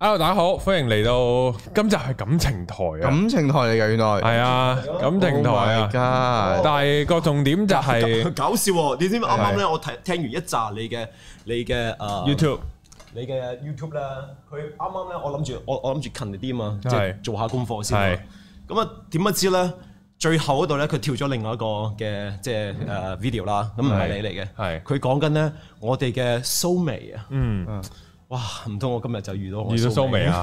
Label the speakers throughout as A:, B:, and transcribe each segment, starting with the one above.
A: Hello，大家好，歡迎嚟到今集係感情台啊，
B: 感情台 Oh 嚟嘅原來，
A: 係啊，感情台啊，
B: 啊，
A: 但係個重點就係
C: 搞笑喎！你知唔知啱啱咧？我睇聽完一紮你嘅你嘅誒
A: YouTube
C: 你嘅 YouTube 咧，佢啱啱咧，我諗住我我諗住勤力啲啊嘛，即
A: 係
C: 係做下功課先
A: 係
C: 啊。咁啊點不知咧，最後嗰度咧佢跳咗另外一個嘅即係誒 video 啦，咁唔係你嚟嘅，
A: 係
C: 佢講緊咧我哋嘅蘇眉啊，
A: 嗯，
C: 哇唔通我今日就遇到我
A: 遇到蘇眉啊，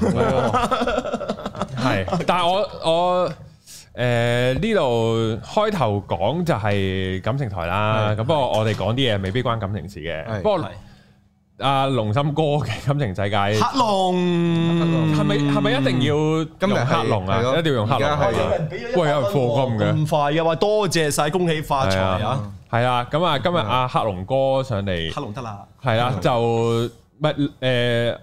A: 係，但係我我誒呢度開頭講就係感情台啦，咁不過我哋講啲嘢未必關感情事嘅，
B: 係
A: 不過
C: 係
A: 阿龍心哥嘅感情世界。
C: 黑龍，
A: 係咪係咪一定要
B: 今日
A: 用黑
B: 係
A: 龍
B: 係
A: 啊？
B: 咯
A: 一定要用黑龍啊
B: 而家係
A: 喂有人課金嘅
C: 咁快嘅話，多謝晒，恭喜發財
A: 係
C: 啊嗯
A: 啊！，係啊，咁啊，今日阿黑龍哥上嚟，
C: 黑龍嗯得啦，
A: 係啦，就呃唔係誒，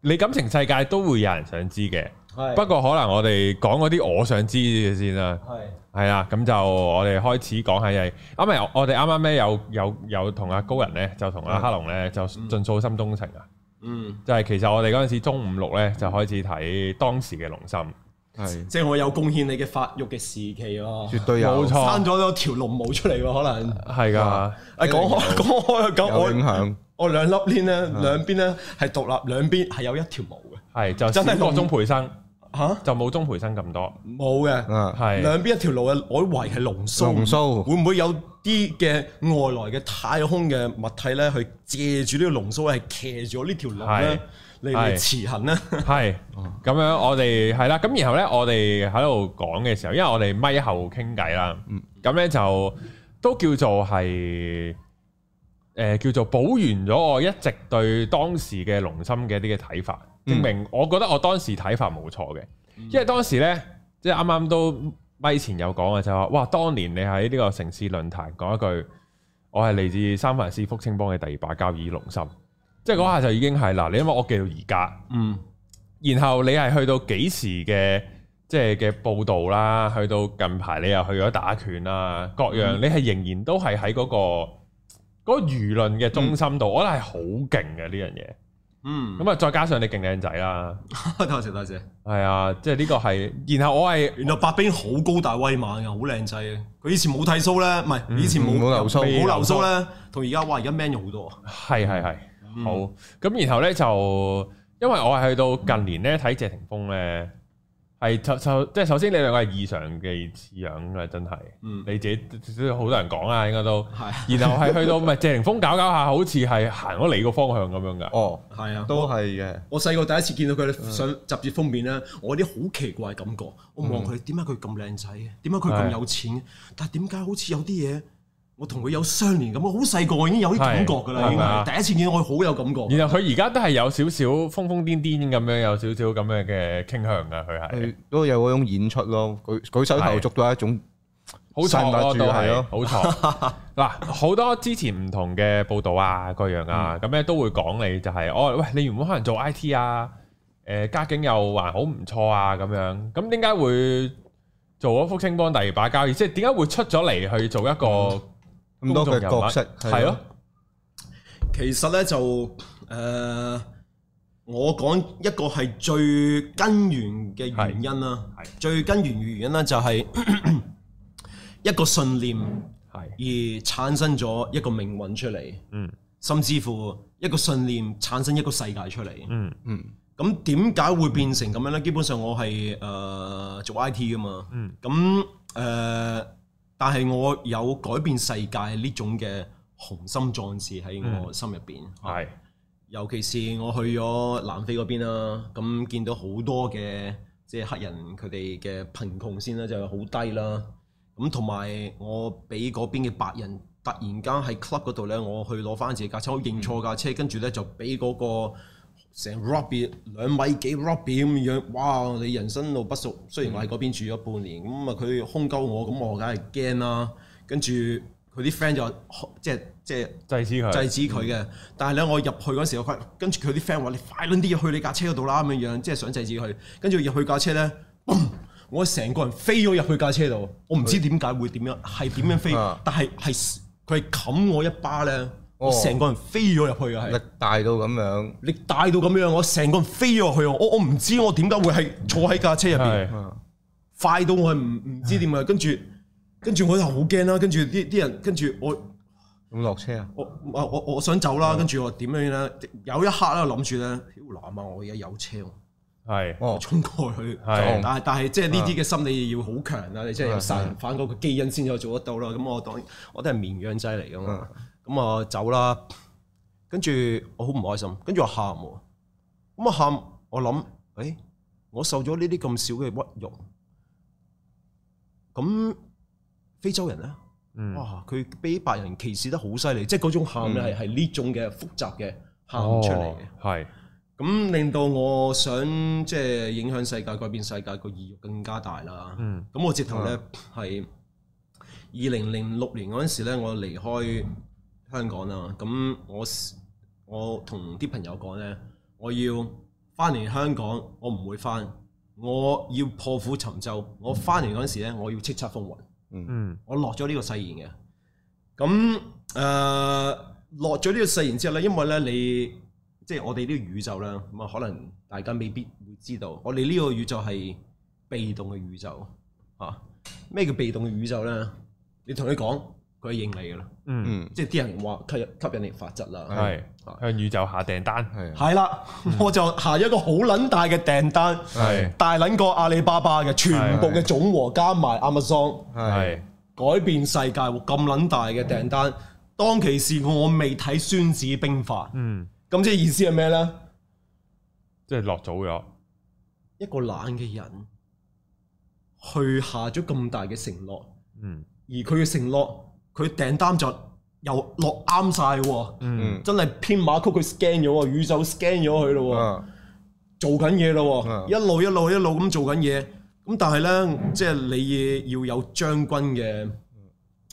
A: 你感情世界都會有人想知嘅，
C: 係
A: 不過可能我哋講嗰啲我想知嘅先啦，
C: 係。
A: 係啦，咁就我哋開始講下嘢。啱咪我哋啱啱咧有有有同阿高人咧，就同阿黑龍咧就盡訴心中情啊，
C: 嗯，
A: 就係其實我哋嗰陣時中五六咧就開始睇當時嘅龍心，
B: 係
C: 即係我有貢獻你嘅發育嘅時期咯，
B: 絕對啊有
A: 冇
C: 生
A: 錯，
C: 咗咗條龍毛出嚟喎，可能。
A: 係㗎，
C: 誒講開講開咁，
B: 有影
C: 我
B: 響，啊
C: 我兩粒鏈咧，兩邊咧係獨立，兩邊係有一條毛嘅
A: 係就
C: 真係
A: 少過
C: 龍
A: 中培生，
C: 嚇，
A: 就冇中培生咁多，
C: 冇嘅，
B: 啊，
A: 係
C: 兩邊一條路嘅，我懷疑係龍須。
B: 龍須
C: 會唔會有啲嘅外來嘅太空嘅物體咧，去借住呢個龍須係騎住我呢條龍咧
A: 係
C: 嚟嚟馳行咧？
A: 係咁樣，我哋係啦。咁然後咧，我哋喺度講嘅時候，因為我哋咪後傾偈啦，咁咧就都叫做係誒、呃叫做補完咗我一直對當時嘅龍心嘅一啲嘅睇法，證明我覺得我當時睇法冇錯嘅，因為當時咧即係啱啱都咪前有講嘅就係話，哇！當年你喺呢個城市論壇講一句，我係嚟自三藩市福清幫嘅第二把交椅龍心，即係嗰下就已經係嗱，你因為我記到而家。
C: 嗯，
A: 然後你係去到幾時嘅即係嘅報導啦，去到近排你又去咗打拳啦，各樣、你係仍然都係喺嗰個嗰、個輿論嘅中心度，我覺得係好勁嘅呢樣嘢。
C: 嗯，
A: 咁啊，再加上你勁靚仔啦，
C: 多謝多謝。
A: 係啊，即係呢個係。然後我係
C: 原來白冰好高大威猛嘅，好靚仔嘅。佢以前冇剃須咧，唔係以前冇
B: 嗯冇留須
C: 冇留須咧，同而家哇，而家 man 咗好多。
A: 係係係好咁，然後呢，就因為我係去到近年呢，睇謝霆鋒呢，係就就即係首先你兩個係異常嘅似樣嘅，真係。
C: 嗯，
A: 你自己都好多人講啊啦，應該都。
C: 係啊
A: 然後係去到咪謝霆鋒搞搞下，好似係行咗你個方向咁樣噶。
B: 哦，
C: 係啊，
B: 都係嘅，
C: 我細個第一次見到佢上雜誌封面咧，我有啲好奇怪嘅感覺。我望佢點解佢咁靚仔嘅？點解佢
A: 係
C: 咁有錢嘅？但係點解好似有啲嘢我同佢有相連咁？我好細個我已經有啲感覺㗎
A: 係
C: 啦，已經
A: 係嘛
C: 係第一次見到我好有感覺。
A: 然後佢而家都係有少少瘋瘋癲癲咁樣，有少少咁樣嘅傾向噶。佢係
B: 佢都有嗰種演出咯，舉舉手投足都係一種
A: 好錯
B: 散發
A: 咯，
B: 住
A: 都
B: 係
A: 係
B: 咯
A: 好 錯。嗱，好多之前唔同嘅報道啊，各樣啊，
B: 嗯
A: 咁咧都會講你就係，哦，喂，你原本可能做 I T 啊，誒家境又還好唔錯啊，咁樣，咁點解會做咗福清幫第二把交椅？即係點解會出咗嚟去做一個
B: 嗯咁多嘅角色，
A: 係咯？
C: 其實咧就誒、呃我講一個係最根源嘅原因啦
A: 係，
C: 最根源嘅原因咧就係、 一個信念而
A: 係
C: 產生咗一個命運出嚟，
A: 嗯
C: 甚至乎一個信念產生一個世界出嚟。
A: 嗯
C: 咁點解會變成咁樣呢？基本上我係誒、呃做 I T 噶嘛，
A: 嗯
C: 咁誒、呃但係我有改變世界呢種嘅雄心壯志喺我心入邊。
A: 嗯係
C: 尤其是我去咗南非嗰邊啦，咁見到好多嘅即係黑人佢哋嘅貧窮線咧就係好低啦。咁同埋我俾嗰邊嘅白人突然間喺 club 嗰度咧，我去攞翻自己架車，我認錯架車，跟住咧就俾嗰、個成 Robbie 兩米幾 Robbie 咁樣，哇！你人生路不熟，雖然我喺嗰邊住咗半年，咁啊佢兇鳩我，咁我梗係驚啦。跟住佢啲 friend 就即係即係。
A: 制止佢，
C: 制止佢嘅。但係咧，我入去嗰時，我發跟住佢啲 friend 話：你快撚啲去你架車嗰度啦，咁樣樣，即係想制止佢。跟住入去架車咧，嘣我成個人飛咗入去架車度，我唔知點解會點樣，係點樣飛
B: 啊，
C: 但係係佢係冚我一巴咧，
B: 哦
C: 我成個人飛咗入去啊，係
B: 力大到咁樣，
C: 你大到咁樣，我成個人飛咗入去啊！我我唔知我點解會係坐喺架車入邊。
A: 係
B: 啊
C: 快到我係唔唔知點啊！跟住跟住我就好驚啦，跟住啲啲人跟住我
B: 咁落車啊？
C: 我我我我想走啦，跟住我點樣咧？有一刻啦，諗住咧，屌嗱啊！我而家有車喎，
A: 係
B: 哦
C: 我，衝過去。
A: 係
C: 但係但係即係呢啲嘅心理要好強啊！你即係有殺人犯嗰個基因先有做得到啦。咁我當我都係綿羊仔嚟噶嘛，咁我走啦。跟住我好唔開心，跟住我喊喎。咁我喊，我諗，誒、我受咗呢啲咁少嘅屈辱，咁非洲人咧，
A: 嗯
C: 哇，佢俾白人歧視得好犀利，即係嗰種喊咧
A: 嗯
C: 係係呢種嘅複雜嘅喊
A: 哦
C: 出嚟嘅。
A: 係
C: 咁令到我想即係影響世界、改變世界個意欲更加大啦。咁、
A: 嗯
C: 我直頭咧係二零零六年嗰陣時咧，我離開香港啦。咁我 s- 我同啲朋友講咧，我要翻嚟香港，我唔會翻，我要破釜沉舟。我翻嚟嗰陣時咧，我要叱咤風雲。
A: 嗯
C: 我落咗呢個誓言嘅。咁誒落咗呢個誓言之後咧，因為咧你即係我哋呢個宇宙啦，咁啊可能大家未必會知道，我哋呢個宇宙係被動嘅宇宙啊。咩叫被動嘅宇宙咧？你同佢講，佢係應你嘅啦。
A: 嗯
B: 嗯，
C: 即係啲人話吸引吸引力法則啦。
A: 係向宇宙下訂單
B: 係啊，
C: 嗯係啦，我就下一個好撚大嘅訂單，
A: 係
C: 大撚過阿里巴巴嘅全部嘅總和加埋 Amazon。
B: 係
A: 係
C: 改變世界喎咁撚大嘅訂單，當其時我未睇《孫子兵法》，
A: 嗯
C: 咁即係意思係咩呢？
A: 即係落早咗
C: 一個懶嘅人去下咗咁大嘅承諾，
A: 嗯
C: 而佢嘅承諾，佢訂單就又落啱晒喎，
A: 嗯
C: 真係編碼曲佢 scan 咗喎，宇宙 scan 咗佢咯喎。
B: 啊，
C: 做緊嘢咯
B: 嗯
C: 喎，一路一路一路咁做緊嘢。咁但係咧，即係你要有將軍嘅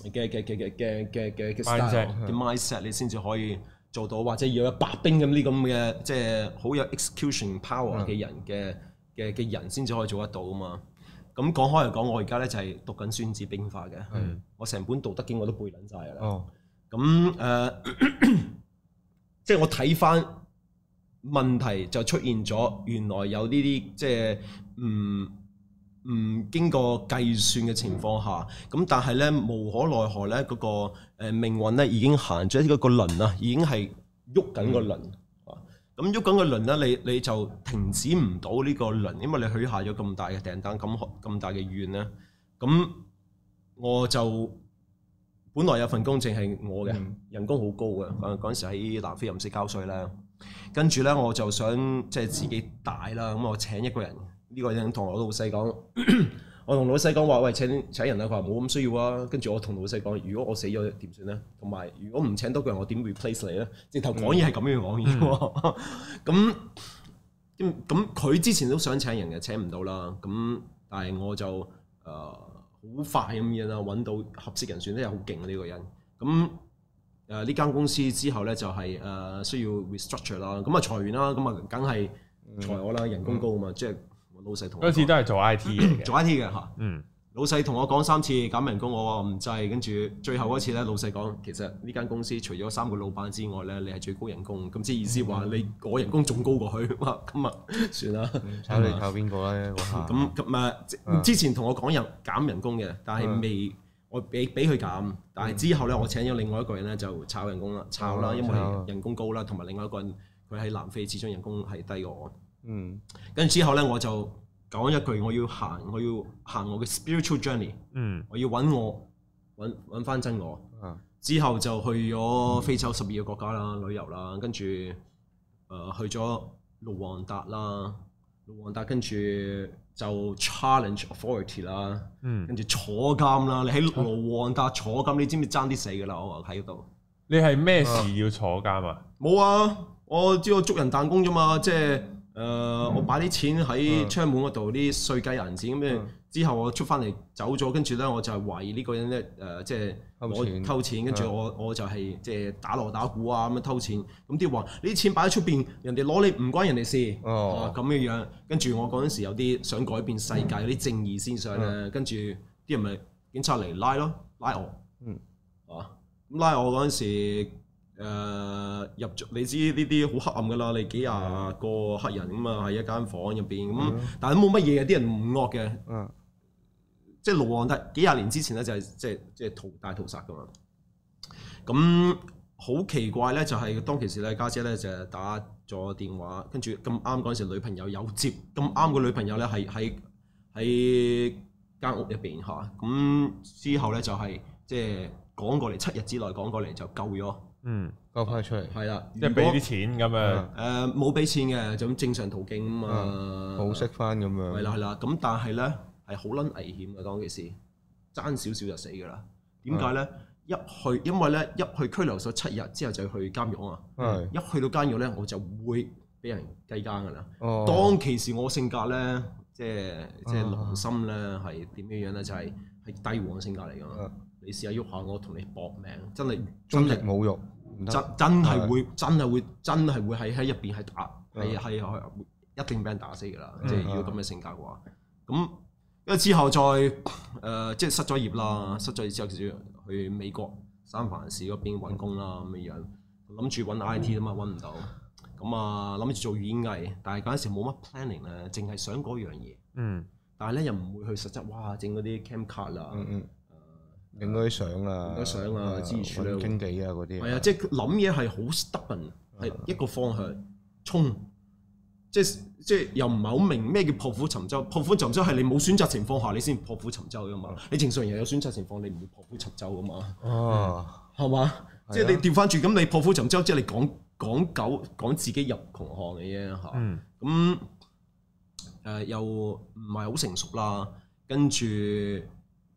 C: 嘅嘅嘅嘅嘅嘅嘅嘅
A: Mindset，
C: style 嘅 mindset，你先至可以做到，或者要有白兵咁呢咁嘅，即係好有 execution power 嘅人嘅嘅嘅人先至可以做得到啊嘛。咁講開嚟講，我而家咧就係讀緊《孫子兵法》嘅，我成本《道德經》我都背撚晒㗎啦。
B: 哦，
C: 咁誒、呃即係我睇翻問題就出現咗，原來有呢啲即係唔唔經過計算嘅情況下，咁但係咧無可奈何咧嗰、個、呃、命運咧已經行咗呢個輪啦，已經係喐緊個輪。啊咁喐緊個輪咧，你你就停止唔到呢個輪，因為你許下咗咁大嘅訂單，咁咁大嘅願咧，咁我就本來有份工淨係我嘅，人工好高嘅。嗰嗰陣時喺南非又唔識交税啦，跟住咧我就想即係自己大啦，咁我請一個人，呢、個人同我老細講，我同老細講話，喂請請人啊，佢話冇咁需要啊。跟住我同老細講，如果我死咗點算咧？同埋如果唔請多個人，我點 replace 你咧？直頭講嘢係咁樣講嘢喎， 咁咁咁佢之前都想請人嘅，請唔到啦。咁但係我就誒好、快咁樣啦，揾到合適人選，真係好勁啊呢個人。咁誒呢間公司之後咧就係、呃需要 restructure 啦，咁啊裁員啦，咁啊梗係裁我啦，人工高啊嘛，即係我老細同我
A: 嗰次
C: 講
A: 都係做 I T 嘅
C: 做 IT 嘅嚇。
A: 嗯
C: 老細同我講三次減人工，我話唔制，跟住最後嗰次咧，老細講其實呢間公司除咗三個老闆之外咧，你係最高人工，咁即係意思話你我人工仲高過佢，哇咁啊算啦。
B: 炒你靠邊個咧？嗰下
C: 咁咁啊，即之前同我講人減人工嘅，但係未我俾俾佢減，但係之後咧，我請咗另外一個人咧就炒人工啦，嗯炒啦，
B: 哦
C: 因
B: 炒
C: 為人工高啦，同埋另外一個人佢喺南非始終人工係低過我。
B: 嗯
C: 跟住之後咧，我就講一句，我要行，我要行我嘅 spiritual journey。
A: 嗯
C: 我要揾我揾揾翻真我。
B: 啊
C: 之後就去咗非洲十二個國家啦，旅遊啦，跟住誒、呃去咗盧旺達啦，盧旺達跟住就 challenge authority 啦，
A: 嗯，
C: 跟住坐監啦。你喺盧旺達坐監，你知唔知爭啲死㗎啦？我話喺度
A: 你係咩事要坐監啊？
C: 冇啊，我知道捉人彈弓啫嘛，即係誒、呃我擺啲錢喺窗門嗰度啲碎雞銀錢咁樣。之後我出翻嚟走咗，跟住咧我就係懷疑呢個人咧誒、呃即係
B: 偷錢
C: 攞偷錢，跟住我
B: 嗯
C: 我就係即係打鑼打鼓啊咁樣偷錢。咁啲人話你啲錢擺喺出邊，人哋攞你唔關人哋事，
B: 哦
C: 啊咁嘅樣。跟住我嗰陣時有啲想改變世界嗰啲正義思想
B: 嗯
C: 咧，跟住啲人咪警察嚟拉咯，拉我，
B: 嗯
C: 啊咁拉我嗰陣時誒、誒入咗，你知呢啲好黑暗噶啦，你幾廿個黑人咁啊喺一間房入邊咁，但係都冇乜嘢嘅，啲人唔惡嘅，
B: 嗯，
C: 即係盧旺達幾廿年之前咧就係即係即係屠大屠殺噶嘛。咁好奇怪咧，就係、當其時咧家姐咧就係打咗電話，跟住咁啱嗰陣時女朋友有接，咁啱個女朋友咧係喺喺間屋入邊嚇，咁之後咧就係即係趕過嚟七日之內趕過嚟就救咗，
A: 嗯，
B: 交翻出嚟，啊
C: 係啦，
A: 即係俾啲錢咁啊樣，
C: 誒冇俾錢嘅，就咁正常途徑啊
A: 嗯
C: 嘛，
B: 保釋翻咁樣。
C: 係啦係啦，咁但係咧係好撚危險嘅當其時，爭少少就死㗎啦。點
B: 嗯
C: 解咧？一去因為咧一去拘留所七日之後就去監獄啊，
B: 係
C: 一去到監獄咧我就會俾人雞奸㗎啦。
B: 哦，
C: 當其時我性格咧，即係即係
B: 啊
C: 狼心咧係點樣樣咧？就係係帝王性格嚟㗎嘛
B: 啊。
C: 你試下喐下我同你搏命，真係
B: 終
C: 真
B: 極
C: 係
B: 侮辱，唔
C: 真
B: 得，嗯
C: 真係會真係會真係會喺喺入邊係打係係係一定俾人打死㗎啦！即係如果咁嘅性格嘅話，咁因為之後再誒、呃即係失咗業啦，失咗業之後就要去美國三藩市嗰邊揾工啦咁嘅樣，諗住揾 I T 啊嘛，揾唔到，咁啊諗住做演藝，但係嗰陣時冇乜 planning 咧，淨係想嗰樣嘢，
A: 嗯，
C: 但係咧又唔會去實質哇整嗰啲 cam card 啦。
B: 嗯嗯，影嗰啲相啊，
C: 啊影嗰啲相啊之類
B: 揾經紀啊嗰啲，
C: 係啊，即係諗嘢係好 stubborn，係一個方向衝，即係即係又唔係好明咩叫破釜沉舟。破釜沉舟係你冇選擇情況下你先破釜沉舟噶嘛，你正常人有選擇情況你唔會破釜沉舟噶嘛，
B: 哦，
C: 係嘛？即係你調翻轉咁，你破釜沉舟即係你講講狗講自己入窮巷嘅啫嚇。
A: 嗯
C: 咁誒、呃又唔係好成熟啦，跟住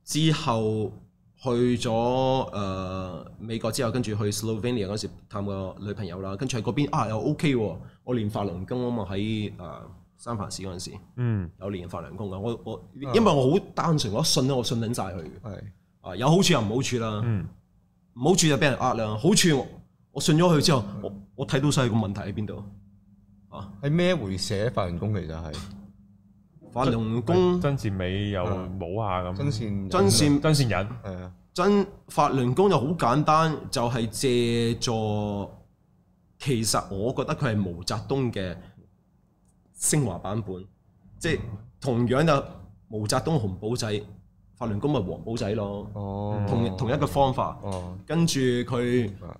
C: 之後去咗誒、呃美國之後，跟住去 Slovenia 嗰時探個女朋友啦，跟住喺嗰邊啊又 OK 喎，我練法輪功啊嘛喺誒三藩市嗰陣時
A: 嗯，
C: 有練法輪功噶，啊我我因為我好單純，我一信咧我信撚晒佢嘅
B: 係
C: 啊有好處又唔好處啦，
A: 嗯
C: 唔好處就俾人呃啦，好處我我信咗佢之後，我我睇到晒個問題喺邊度啊，
B: 係咩回事？法輪功其實係
C: 法輪功。
A: 真善美又冇下咁，
B: 真善
C: 嗯
B: 啊
C: 真善
A: 真善人，
B: 係啊，
C: 真法輪功就好簡單，就係、借助其實我覺得佢係毛澤東嘅升華版本，即係同樣就毛澤東紅寶仔，法輪功咪黃寶仔咯，
B: 哦，
C: 同同一個方法，
B: 哦，
C: 跟住佢
B: 啊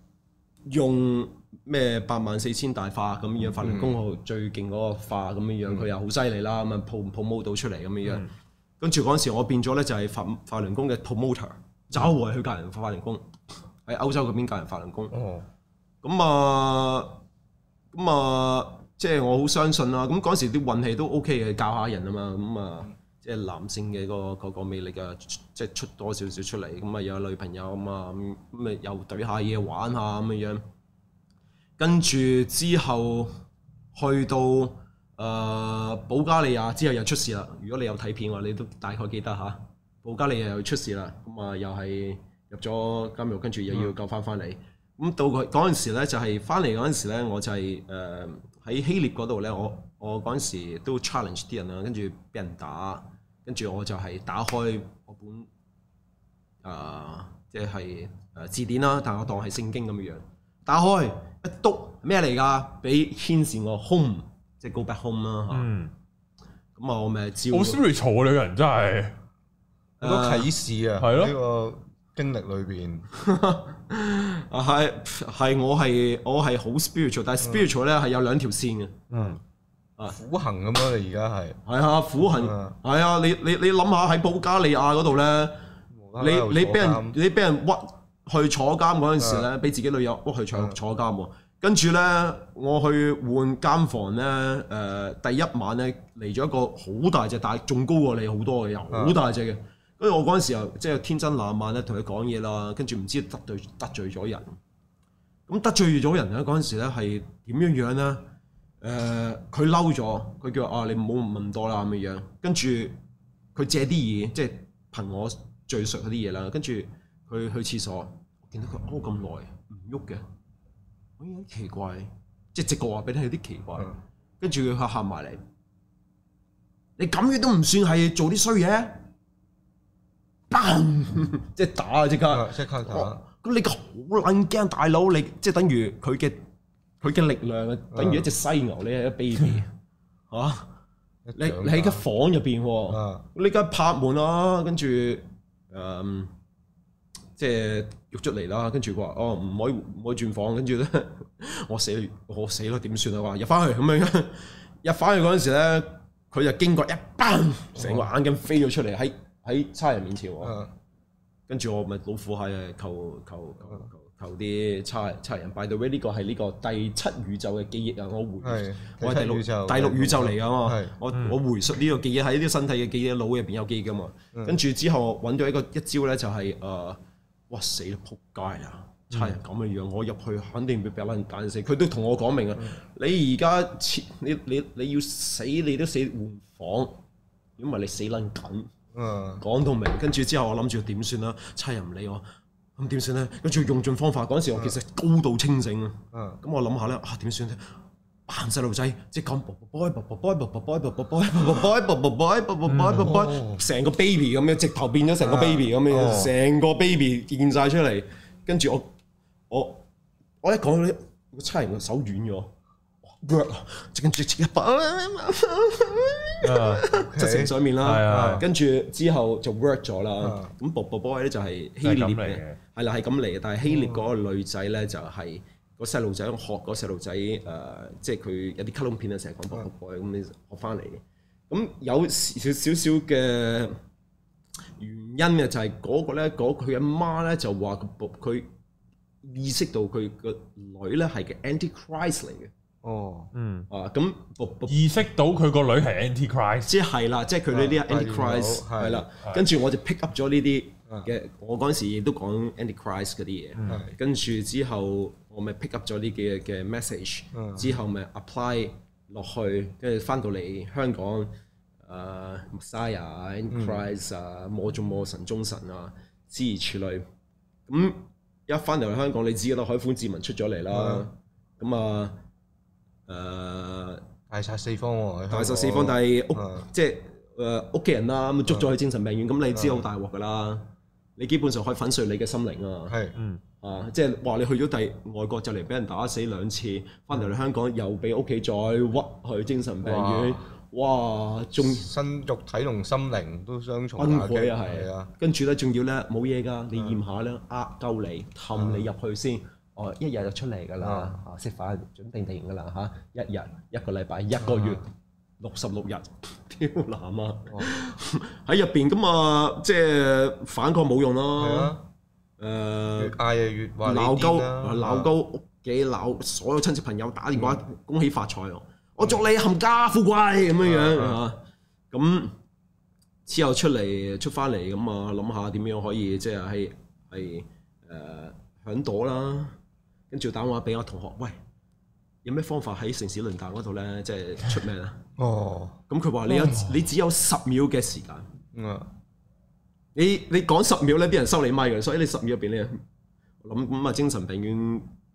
C: 用咩八萬四千大化咁樣，法輪功號最勁嗰個化咁樣樣，佢又好犀利啦，咁啊 promo promo 到出嚟咁樣樣。跟住嗰陣時，我變咗咧就係法法輪功嘅 promoter，周圍去教人法輪功，喺歐洲嗰邊教人法輪功。
B: 哦，
C: 咁啊，咁啊，即係我好相信啦。咁嗰陣時啲運氣都 OK 嘅，教下人啊嘛。咁啊，即係男性嘅個個個魅力啊，即係出多少少出嚟。咁啊，有女朋友啊嘛，咁咁啊又懟下嘢玩下咁樣樣。跟住之後去到誒、呃、保加利亞之後又出事啦。如果你有睇片嘅話，你都大概記得嚇。保加利亞又出事啦，咁啊又係入咗監獄，跟住
A: 嗯
C: 又要救翻翻嚟。咁、到佢嗰陣時咧，就係翻嚟嗰陣時咧，我就係誒喺希臘嗰度咧，我我嗰陣時都 challenge 啲人啦，跟住俾人打，跟住我就係打開我本啊，即係誒字典啦，但係我當係聖經咁樣樣，打開一篤咩嚟㗎？俾牽線我 home，即係 go back home 啦嚇。
A: 嗯，
C: 咁啊，我咪照
A: 好 spiritual 啊你個人真係，
B: 好多啟示啊，
A: 係咯
B: 呢個經歷裏邊，
C: 啊係係我係我係好 spiritual，但係 spiritual 咧係有兩條線嘅。
B: 嗯，
C: 啊
B: 苦行咁樣你而家係。
C: 係啊，苦行
B: 啊
C: 係啊！你你你諗下喺保加利亞嗰度咧，你你俾人你俾人屈去坐監嗰陣時咧，俾自己女友屈去坐坐監喎。跟住咧，我去換間房咧，誒、第一晚咧嚟咗一個好大隻，但係仲高過你好多嘅，又好大隻嘅。跟住我嗰陣時候即係天真爛漫咧，同佢講嘢啦，跟住唔知得罪得罪咗人。咁得罪咗人咧，嗰陣時咧係點樣樣咧？誒佢嬲咗，佢叫我啊你唔好問多啦咁嘅樣，跟住佢借啲嘢，即係憑我敍述嗰啲嘢啦，跟住佢去廁所，我見到佢屙咁耐唔喐嘅，我有啲奇怪，即係直覺話俾你聽有啲奇怪
B: 嗯，
C: 跟住佢喊埋嚟，你咁樣都唔算係做 啲衰嘢，砰！即係打啊即刻。
B: 啊即刻打
C: 我咁你好撚驚大佬，你即係等於佢嘅佢嘅力量啊，等於一隻犀牛，你係一 baby 啊！你
B: 一掌
C: 你喺間房入邊喎，
B: 啊，
C: 你而家拍門啦，跟住誒即係喐出嚟啦，跟住佢話哦唔可以唔可以轉房，跟住咧 我死我死咯點算啊？我話入翻去咁樣， 入翻去嗰陣時咧，佢就經過一班，成個眼鏡飛咗出嚟喺喺差人面前喎。
B: 啊
C: 跟住我咪老虎蟹求求
B: 嗯
C: 求求求啲差差人拜到喂，呢個係呢個第七宇宙嘅記憶啊！我回
B: 係
C: 我係
B: 第七
C: 第
B: 宇宙
C: 六第六宇宙嚟噶嘛
B: 係，
C: 我我回溯呢個記憶喺呢個身體嘅記憶，腦入邊有記憶噶嘛。
B: 嗯
C: 跟住之後揾到一個一招咧，就係誒，哇死啦仆街啦！
B: 嗯
C: 差人咁嘅樣，我入去肯定俾俾人打死。佢都同我講
B: 嗯
C: 明啊，你而家切你你你要死你都死換房，如果唔係你死撚緊。
B: 啊，
C: 講到明，跟住之後我諗住點算啦，差人唔理我，咁點算咧？跟住用盡方法，嗰陣時我其實高度清醒啊，
B: 嗯
C: 咁我諗下咧，啊點算咧？扮細路仔，即係講 boy boy boy boy boy boy boy boy boy boy boy boy boy boy，成個 baby 咁樣，直頭變咗成個 baby 咁樣，成個 baby 現晒出嚟。跟住我我我一講咧，個差人個手軟咗，work 即跟住即一把，
A: 啊
C: 即成上面啦。
A: 係啊。
C: 跟住之後就 work 咗啦
B: 啊。
C: 咁 Bobo Boy 咧就係希
A: 就係咁
C: 臘
A: 嚟
C: 嘅
A: 嘅，
C: 係啦係咁嚟嘅。但係希臘嗰個女仔咧就係個細路仔，我學嗰細路仔誒，即係佢有啲卡通片啊，成日講 Bobo Boy 咁，你學翻嚟嘅。咁有少少少嘅原因嘅就係嗰個咧，嗰佢阿媽咧就話個 Bob- 佢意識到佢個女咧係嘅 Antichrist 嚟嘅。
B: 哦，
A: 嗯，
C: 啊，咁 Bobo
A: 意識到佢個女係 Antichrist，
C: 即係啦，即係佢呢啲
B: 啊大
C: Antichrist
B: 元老
C: 係啦
A: 係，
C: 跟住我就 pick up 咗呢啲嘅，我嗰陣時亦都講 Antichrist 嗰啲嘢，跟住之後我咪 pick up 咗呢嘅嘅 message，之後咪 apply 落去，跟住翻到嚟香港，誒 Messiah 啊 Antichrist 啊，魔中魔神中神啊，諸如此類。咁一翻嚟香港，你知啦，海寬志文出咗嚟啦，咁啊誒。
B: 大殺四方喎，
C: 大殺四方，但係屋
B: 嗯
C: 即係誒屋企人啦，咁捉咗去精神病院，咁你知好大鑊㗎啦。你基本上可以粉碎你嘅心靈啊！
B: 係
C: 啊，即係話你去咗第外國就嚟俾人打死兩次，翻嚟香港又俾屋企再屈去精神病院，哇！仲
B: 身肉體同心靈都雙重
C: 崩
B: 打
C: 潰
B: 擊，
C: 啊，
B: 係
C: 係
B: 啊，。
C: 跟住咧，仲要咧冇嘢
B: 嗯
C: 㗎，你驗下咧，呃鳩你氹你入去先。哦，一日就出嚟㗎啦，
B: 嗯
C: 啊食飯準定定㗎啦嚇，一日一個禮拜一個月六十六日， 刁難啊！
B: 哦
C: 喺入邊咁啊，即係反抗冇用
B: 係
C: 咯。
B: 啊，越
C: 誒
B: 嗌啊越話你
C: 鬧
B: 癲
C: 鳩啊
B: 啦啊
C: 鬧鳩屋企鬧所有親戚朋友打電話
B: 嗯
C: 恭喜發財，我祝你冚家富貴咁樣
B: 嗯
C: 樣啊！咁之後出嚟出翻嚟咁啊，諗下點樣可以即係係係誒響朵啦，跟住打電話俾我同學，喂，有咩方法喺城市論壇嗰度咧，即係出名啊？
B: 哦，
C: 咁佢話你有你只有十秒嘅時間。
B: 嗯啊，
C: 你你講十秒咧，啲人收你咪嘅，所以你十秒入邊咧，我諗咁啊，精神病院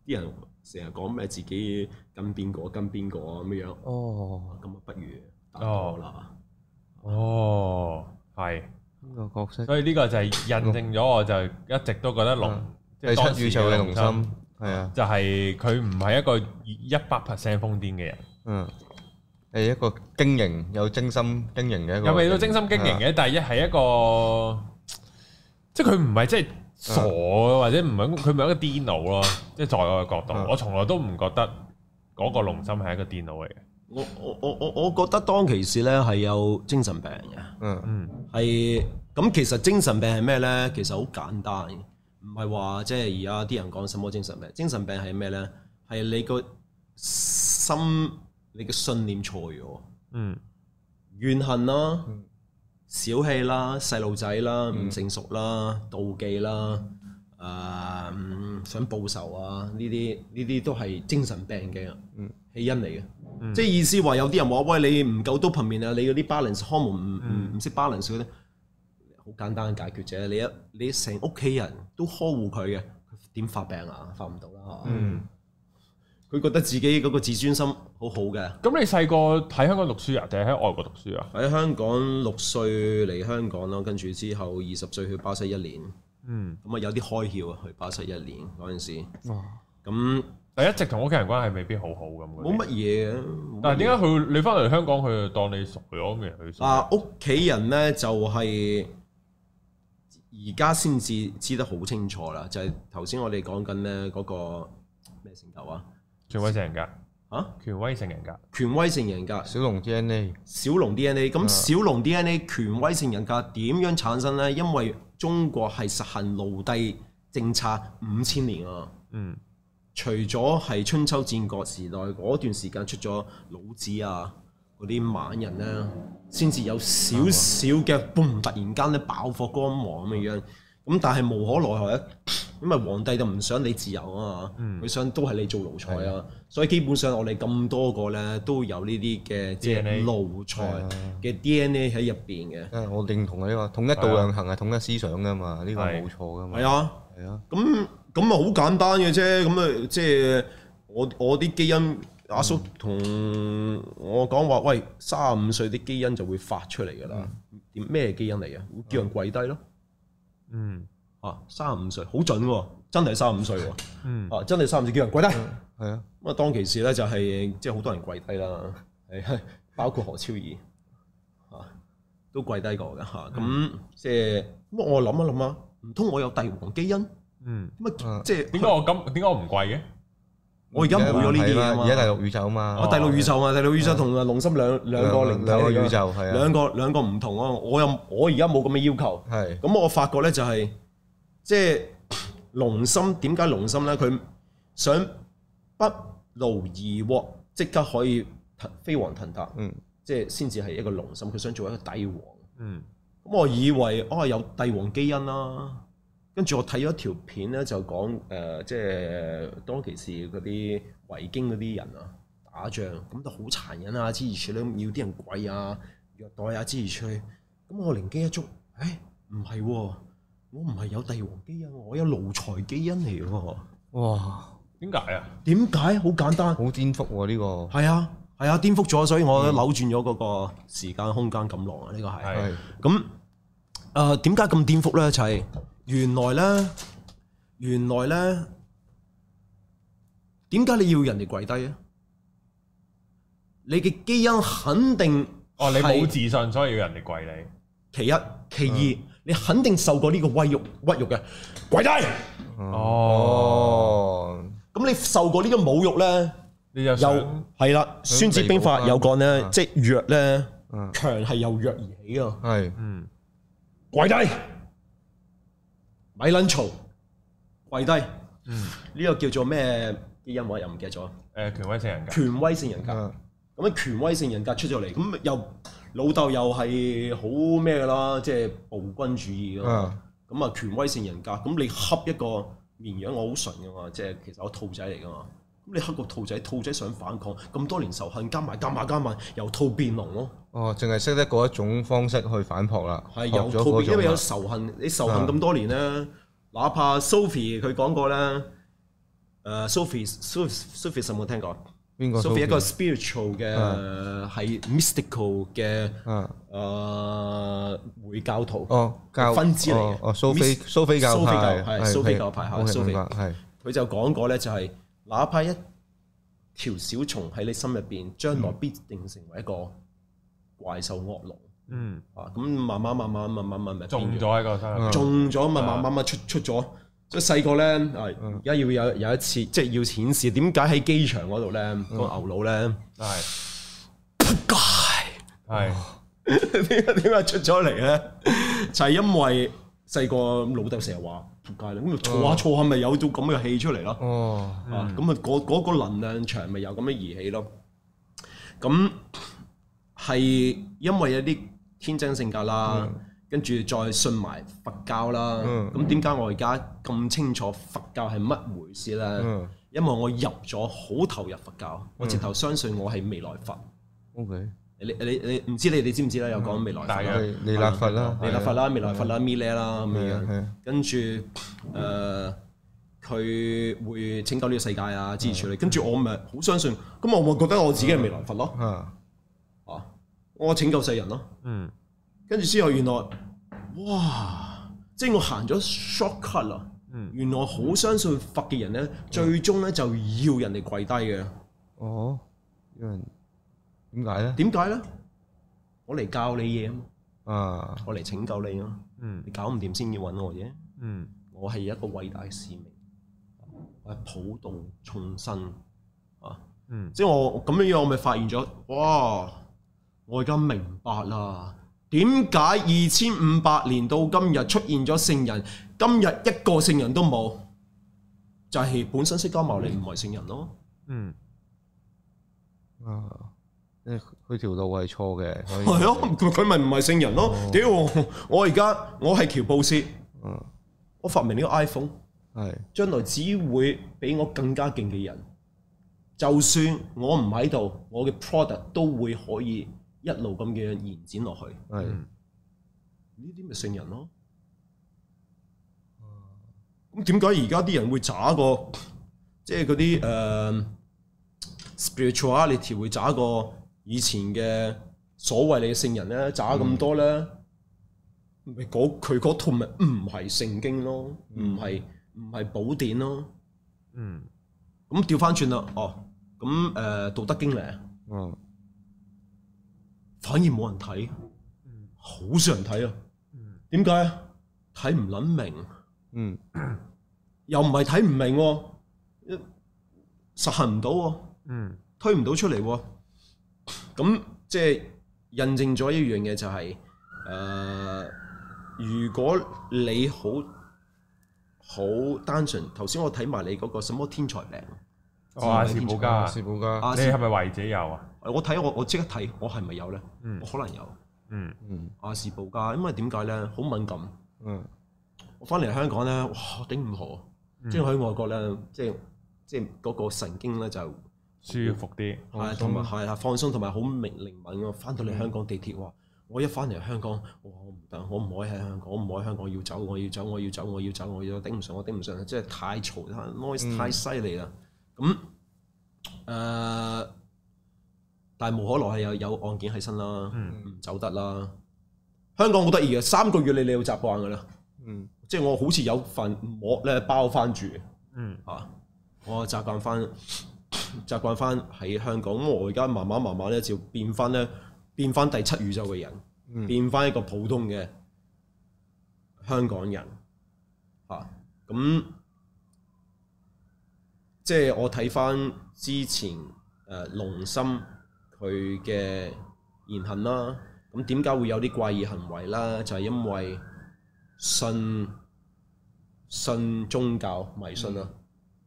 C: 啲人成日講咩自己跟邊個跟邊個啊咁樣樣，
B: 哦，
C: 咁啊不如打我啦，
A: 哦，係，
B: 呢個角色
A: 所以呢個就係印證咗，我就一直都覺得龍
B: 嗯
A: 即係
B: 第七宇宙嘅
A: 當
B: 龍
A: 時
B: 心，係啊，
A: 就係佢唔係一個一百 percent 瘋癲嘅人，
B: 嗯，係一個經營有精心經營嘅一個，
A: 有未到精心經營
B: 係啊，
A: 嘅，但係一係一個，即係佢唔係即係傻或者唔係佢唔係一個癲佬咯，即係在我嘅角度
B: 嗯，
A: 我從來都唔覺得嗰個龍心係一個癲佬嚟嘅，
C: 我我我我我覺得當其時咧係有精神病嘅，
B: 嗯
A: 嗯
C: 係咁其實精神病係咩咧？其實好簡單嘅，唔係話即係而家啲人講什麼精神病，精神病係咩咧？係你個心你嘅信念錯咗。
A: 嗯
C: 怨恨啦、小氣啦、細路仔啦、唔成熟啦、妒忌啦、誒、嗯想報仇啊，呢啲呢啲都係精神病嘅起因嚟嘅。即係意思話有啲人話：喂，你唔夠 dopamine 啊，你嗰啲 balance 康唔唔唔識 balance 嗰啲，好簡單嘅解決啫。你一你成屋企人都呵護佢嘅，佢點發病啊？發唔到啦，係嘛
B: 嗯，
C: 佢、覺得自己嗰個自尊心好好嘅。
A: 咁你細個喺香港讀書啊，定係喺外國讀書啊？
C: 喺香港六歲嚟香港咯，跟住之後二十歲去巴西一年，
A: 嗯，
C: 咁啊有啲開竅啊，去巴西一年嗰陣時，
A: 哦
B: 哇！
C: 咁
A: 但一直同屋企人關係未必好好咁嗰啲。
C: 冇乜嘢嘅。
A: 但係點解佢你翻嚟香港佢就當你熟咗咁樣去熟？
C: 啊，屋企人咧就係而家先至知得好清楚啦，就係頭先我哋講緊咧嗰個咩性格啊，
A: 權威性人格，
C: 啊
A: 權威性人格，
C: 權威性人格，
B: 小龍 DNA
C: 小龍 DNA。
B: 啊
C: 咁小龍 DNA 權威性人格點樣產生咧？因為中國係實行奴隸政策五千年啊。
A: 嗯
C: 除咗係春秋戰國時代嗰段時間出咗老子啊嗰啲猛人咧，先至有少少嘅 boom，突然間咧爆火光芒咁嘅樣。咁但係無可奈何咧，因為皇帝就唔想你自由啊嘛，佢、想都係你做奴才啊。所以基本上我哋咁多個咧都有呢啲嘅即
A: DNA
C: 係奴才
B: 係啊
C: 嘅 DNA 喺入邊嘅。
B: 啊，我認同啊呢個統一度量衡係統一思想噶嘛，呢個
A: 係
B: 冇錯噶嘛。
C: 係啊。
B: 係啊，
C: 咁咁啊好簡單嘅啫，咁啊即係我我啲基因阿叔同
A: 嗯
C: 我講話，喂，三十五歲啲基因就會發出嚟㗎啦。點咩基因嚟啊？會叫人跪低咯。
A: 嗯
C: 啊，三十五歲好準喎，真係三十五歲喎。
A: 嗯，
C: 啊，真係三十五歲叫人跪低。
B: 係啊，
C: 咁啊，當其時咧就係即係好多人跪低啦，係包括何超儀啊，都跪低過㗎嚇。
A: 嗯
C: 咁即係咁，我諗一諗啊，唔通我有帝王基因？
A: 嗯，
C: 咁啊
B: 嗯，
C: 即係
A: 點解我咁點解我唔貴嘅？
C: 我而家冇咗呢啲嘢啊嘛
B: 而家第六宇宙啊嘛，
C: 我第六宇宙啊，第六宇宙同啊龍心兩兩個靈體
B: 兩
C: 嚟
B: 個
C: 㗎
B: 宇宙係啊，
C: 兩個兩個唔同啊！我又我而家冇咁嘅要求，
B: 係
C: 咁我發覺咧就係即係龍心點解龍心咧？佢想不勞而獲，即刻可以騰飛黃騰達，
B: 嗯
C: 即係先至係一個龍心。佢想做一個帝王。
A: 嗯
C: 咁我以為哦有帝王基因啦，跟住我睇咗條片咧就講誒、呃即係當其時嗰啲維京嗰啲人啊打仗，咁就好殘忍啊，之如此類，要啲人跪啊、虐待啊，之如此類。咁我靈機一觸，誒唔係喎，我唔係有帝王基因喎，我有奴才基因嚟喎。
B: 哇，
A: 點解啊？
C: 點解？好簡單，
B: 好顛覆喎呢個
C: 係啊係啊，顛覆咗，所以我扭轉咗嗰個時間空間錦囊啊，呢、個係。
A: 係
B: 係
C: 咁誒點解咁顛覆咧？就係、原來咧，原來咧，點解你要人哋跪低啊？你嘅基因肯定
A: 哦，你
C: 係
A: 冇自信，所以要人哋跪你。
C: 其一，其二，你肯定受過呢個威辱屈辱嘅嗯跪低。
B: 哦，
C: 咁你受過呢個侮辱咧，
A: 你就
C: 又
A: 想
C: 係啦，《孫子兵法》有講咧
B: 啊，
C: 即係弱咧
B: 嗯，
C: 強係由弱而起啊。
B: 係
A: 嗯
C: 跪低，咪撚嘈，跪低。呢個叫做咩基因我又唔記得咗。
A: 誒權威性人格，
C: 權威性人格，
B: 啊
C: 咁樣權威性人格出咗嚟，咁又老豆又係好咩㗎啦，即係暴君主義㗎嘛。
B: 啊
C: 咁啊權威性人格，咁你恰一個綿羊，我好純㗎嘛，即係其實我兔仔嚟㗎嘛。咁你恰個兔仔，兔仔想反抗，咁多年仇恨加埋加埋加埋，由兔變龍咯。
B: 哦，淨係識得嗰一種方式去反撲啦，
C: 係
B: 學
C: 有
B: 咗
C: 套
B: 嗰
C: 片，因為
B: 種啦
C: 有仇恨，你仇恨咁多年咧，哪怕 Sophie 佢講過咧，誒、Sophie Sophie Sophie 有冇聽過
B: 邊個
C: ？Sophie 一個
B: Sophie？
C: spiritual 嘅係 mystical 嘅
B: 啊
C: 誒回教徒，
B: 哦教
C: 分支嚟嘅
B: 哦哦蘇菲
C: Miss-
B: 蘇菲教
C: 蘇菲教
B: 派
C: 係蘇菲教派係蘇菲
B: 明白係
C: 佢就講過咧就係、哪怕一條小蟲喺你心入邊，將來必定成為一個怪獸惡龍
A: 嗯，
C: 啊！咁慢慢慢慢慢慢慢慢變
A: 中咗喺個身入邊。
C: 中咗咪慢慢慢出出咗。所以細個咧，啊而家要有有一次，即係要顯示點解喺機場嗰度咧，個牛佬咧，
A: 係
C: 街
A: 係
C: 點解點解出咗嚟咧？就係因為細個老豆成日話仆街啦，咁咪錯下錯下咪有到咁嘅氣出嚟咯。
B: 哦
C: 啊，咁啊嗰嗰個能量場咪有咁嘅儀器咯。咁係因為有啲天真性格啦，跟住再信埋佛教啦。
B: 嗯
C: 咁點解我而家咁清楚佛教係乜回事呢？
B: 嗯
C: 因為我入咗好投入佛教，我直頭相信我係未來佛。
B: OK
C: 你你你唔知你哋知唔知咧？有講未來佛
A: 大
C: 啦
A: 約，
B: 係利納佛啦
C: 未來佛啦，未來佛啦，咪咧啦咁
B: 係啊係
C: 樣
B: 啊。
C: 跟住誒，呃佢會拯救呢個世界啊，支持你。跟住我咪好相信，咁我咪覺得我自己係未來佛咯，
B: 啊
C: 啊，我拯救世人咯。
A: 嗯
C: 跟住之後原來，哇！即係我行咗 shortcut 啦。
A: 嗯
C: 原來好相信佛嘅人咧，最終咧就要人哋跪低嘅。
B: 哦，有人點解咧？
C: 點解咧？我嚟教你嘢啊嘛，
B: 啊，
C: 我嚟拯救你啊嘛，
A: 嗯
C: 你搞唔掂先要揾我啫。
A: 嗯
C: 我係一個偉大嘅使命，我係普度眾生啊！
A: 嗯
C: 即係我我咁樣樣，我咪發現咗，哇！我而家明白啦，點解二千五百年到今日出現咗聖人，今日一個聖人都冇，就係、本身釋迦牟尼唔係聖人咯。
A: 嗯，
B: 啊，即係佢條路係錯嘅，可以
C: 係咯，佢佢咪唔係聖人咯？屌、我而家我係喬布斯，
B: 嗯，
C: 我發明呢個 iPhone。
B: 係
C: 將來只會比我更加勁嘅人。就算我唔喺度，我嘅 product 都會可以一路咁嘅延展落去。
B: 係
C: 呢啲咪聖人咯。咁點解而家啲人會渣過，即係嗰啲誒 spirituality 會渣過以前嘅所謂你嘅聖人咧，渣咁多咧？咪嗰佢嗰套咪唔係聖經咯，唔係唔係寶典咯。
A: 嗯
C: 咁調翻轉啦，哦，咁誒、呃道德經咧，
B: 嗯
C: 反而冇人睇，好少人睇啊
A: 嗯。
C: 點解啊？睇唔撚明，
B: 嗯
C: 又唔係睇唔明喎，一實行唔到喎，
A: 嗯
C: 推唔到出嚟喎。咁即係印證咗一樣嘢就係、呃如果你好好單純，頭先我睇埋你嗰個什麼天才病，
A: 哦阿士保加，
B: 是保加，
C: 啊
A: 你係咪為者有啊？
C: 我睇我我即刻睇，我係咪有呢？
A: 嗯
C: 我可能有。
A: 嗯
B: 嗯
C: 亞視報價，因為點解咧？好敏感。
B: 嗯
C: 我翻嚟香港咧，哇頂唔何，即係喺外國咧，即係即係嗰個神經咧就
A: 舒服啲，
C: 係同埋係啊放鬆，同埋好明靈敏喎。翻到嚟香港地鐵哇！我一翻嚟香港，哇我唔得，我唔可以喺香港，我唔可以喺香港要走，我要走，我要走，我要走，我要走，頂唔順，我頂唔順，即係太嘈太 noise 太犀利啦。咁誒、呃但係無可奈係有有案件喺身啦，
A: Ừ.
C: 唔、走得啦。香港好得意嘅，三個月你你要習慣㗎啦。
B: 嗯
C: 即係我好似有份膜咧包翻住
A: 嗯
C: 啊，我習慣翻習慣翻喺香港，咁我而家慢慢慢慢咧就變翻咧變翻第七宇宙嘅人，
B: 嗯
C: 變翻一個普通嘅香港人啊，咁即係我睇翻之前誒龍心佢嘅言行啦，咁點解會有啲怪異行為啦？就係、因為信信宗教迷信啊。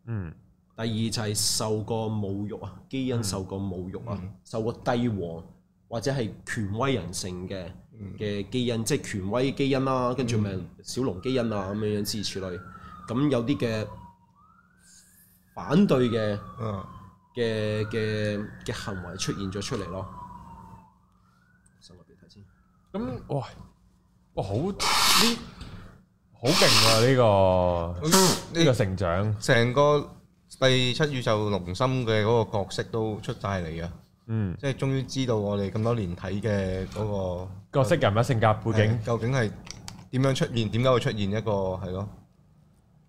A: 嗯
C: 第二就係受過侮辱啊，基因受過侮辱啊，受過帝王或者係權威人性嘅嘅基因，即係權威基因啦，跟住咪小龍基因啊咁樣樣之類此類。咁有啲嘅反對嘅
B: 啊
C: 嘅嘅嘅行為出現咗出嚟咯。收落俾睇先。
A: 咁喂，哇好呢好勁啊！呢個呢個
B: 呢
A: 成長，
B: 成個第七宇宙龍心嘅嗰個角色都出晒嚟啊！
A: 嗯，
B: 即係終於知道我哋咁多年睇嘅嗰
A: 角色人物性格背
B: 個
A: 景
B: 係，究竟係點樣出現，點解會出現一個係咯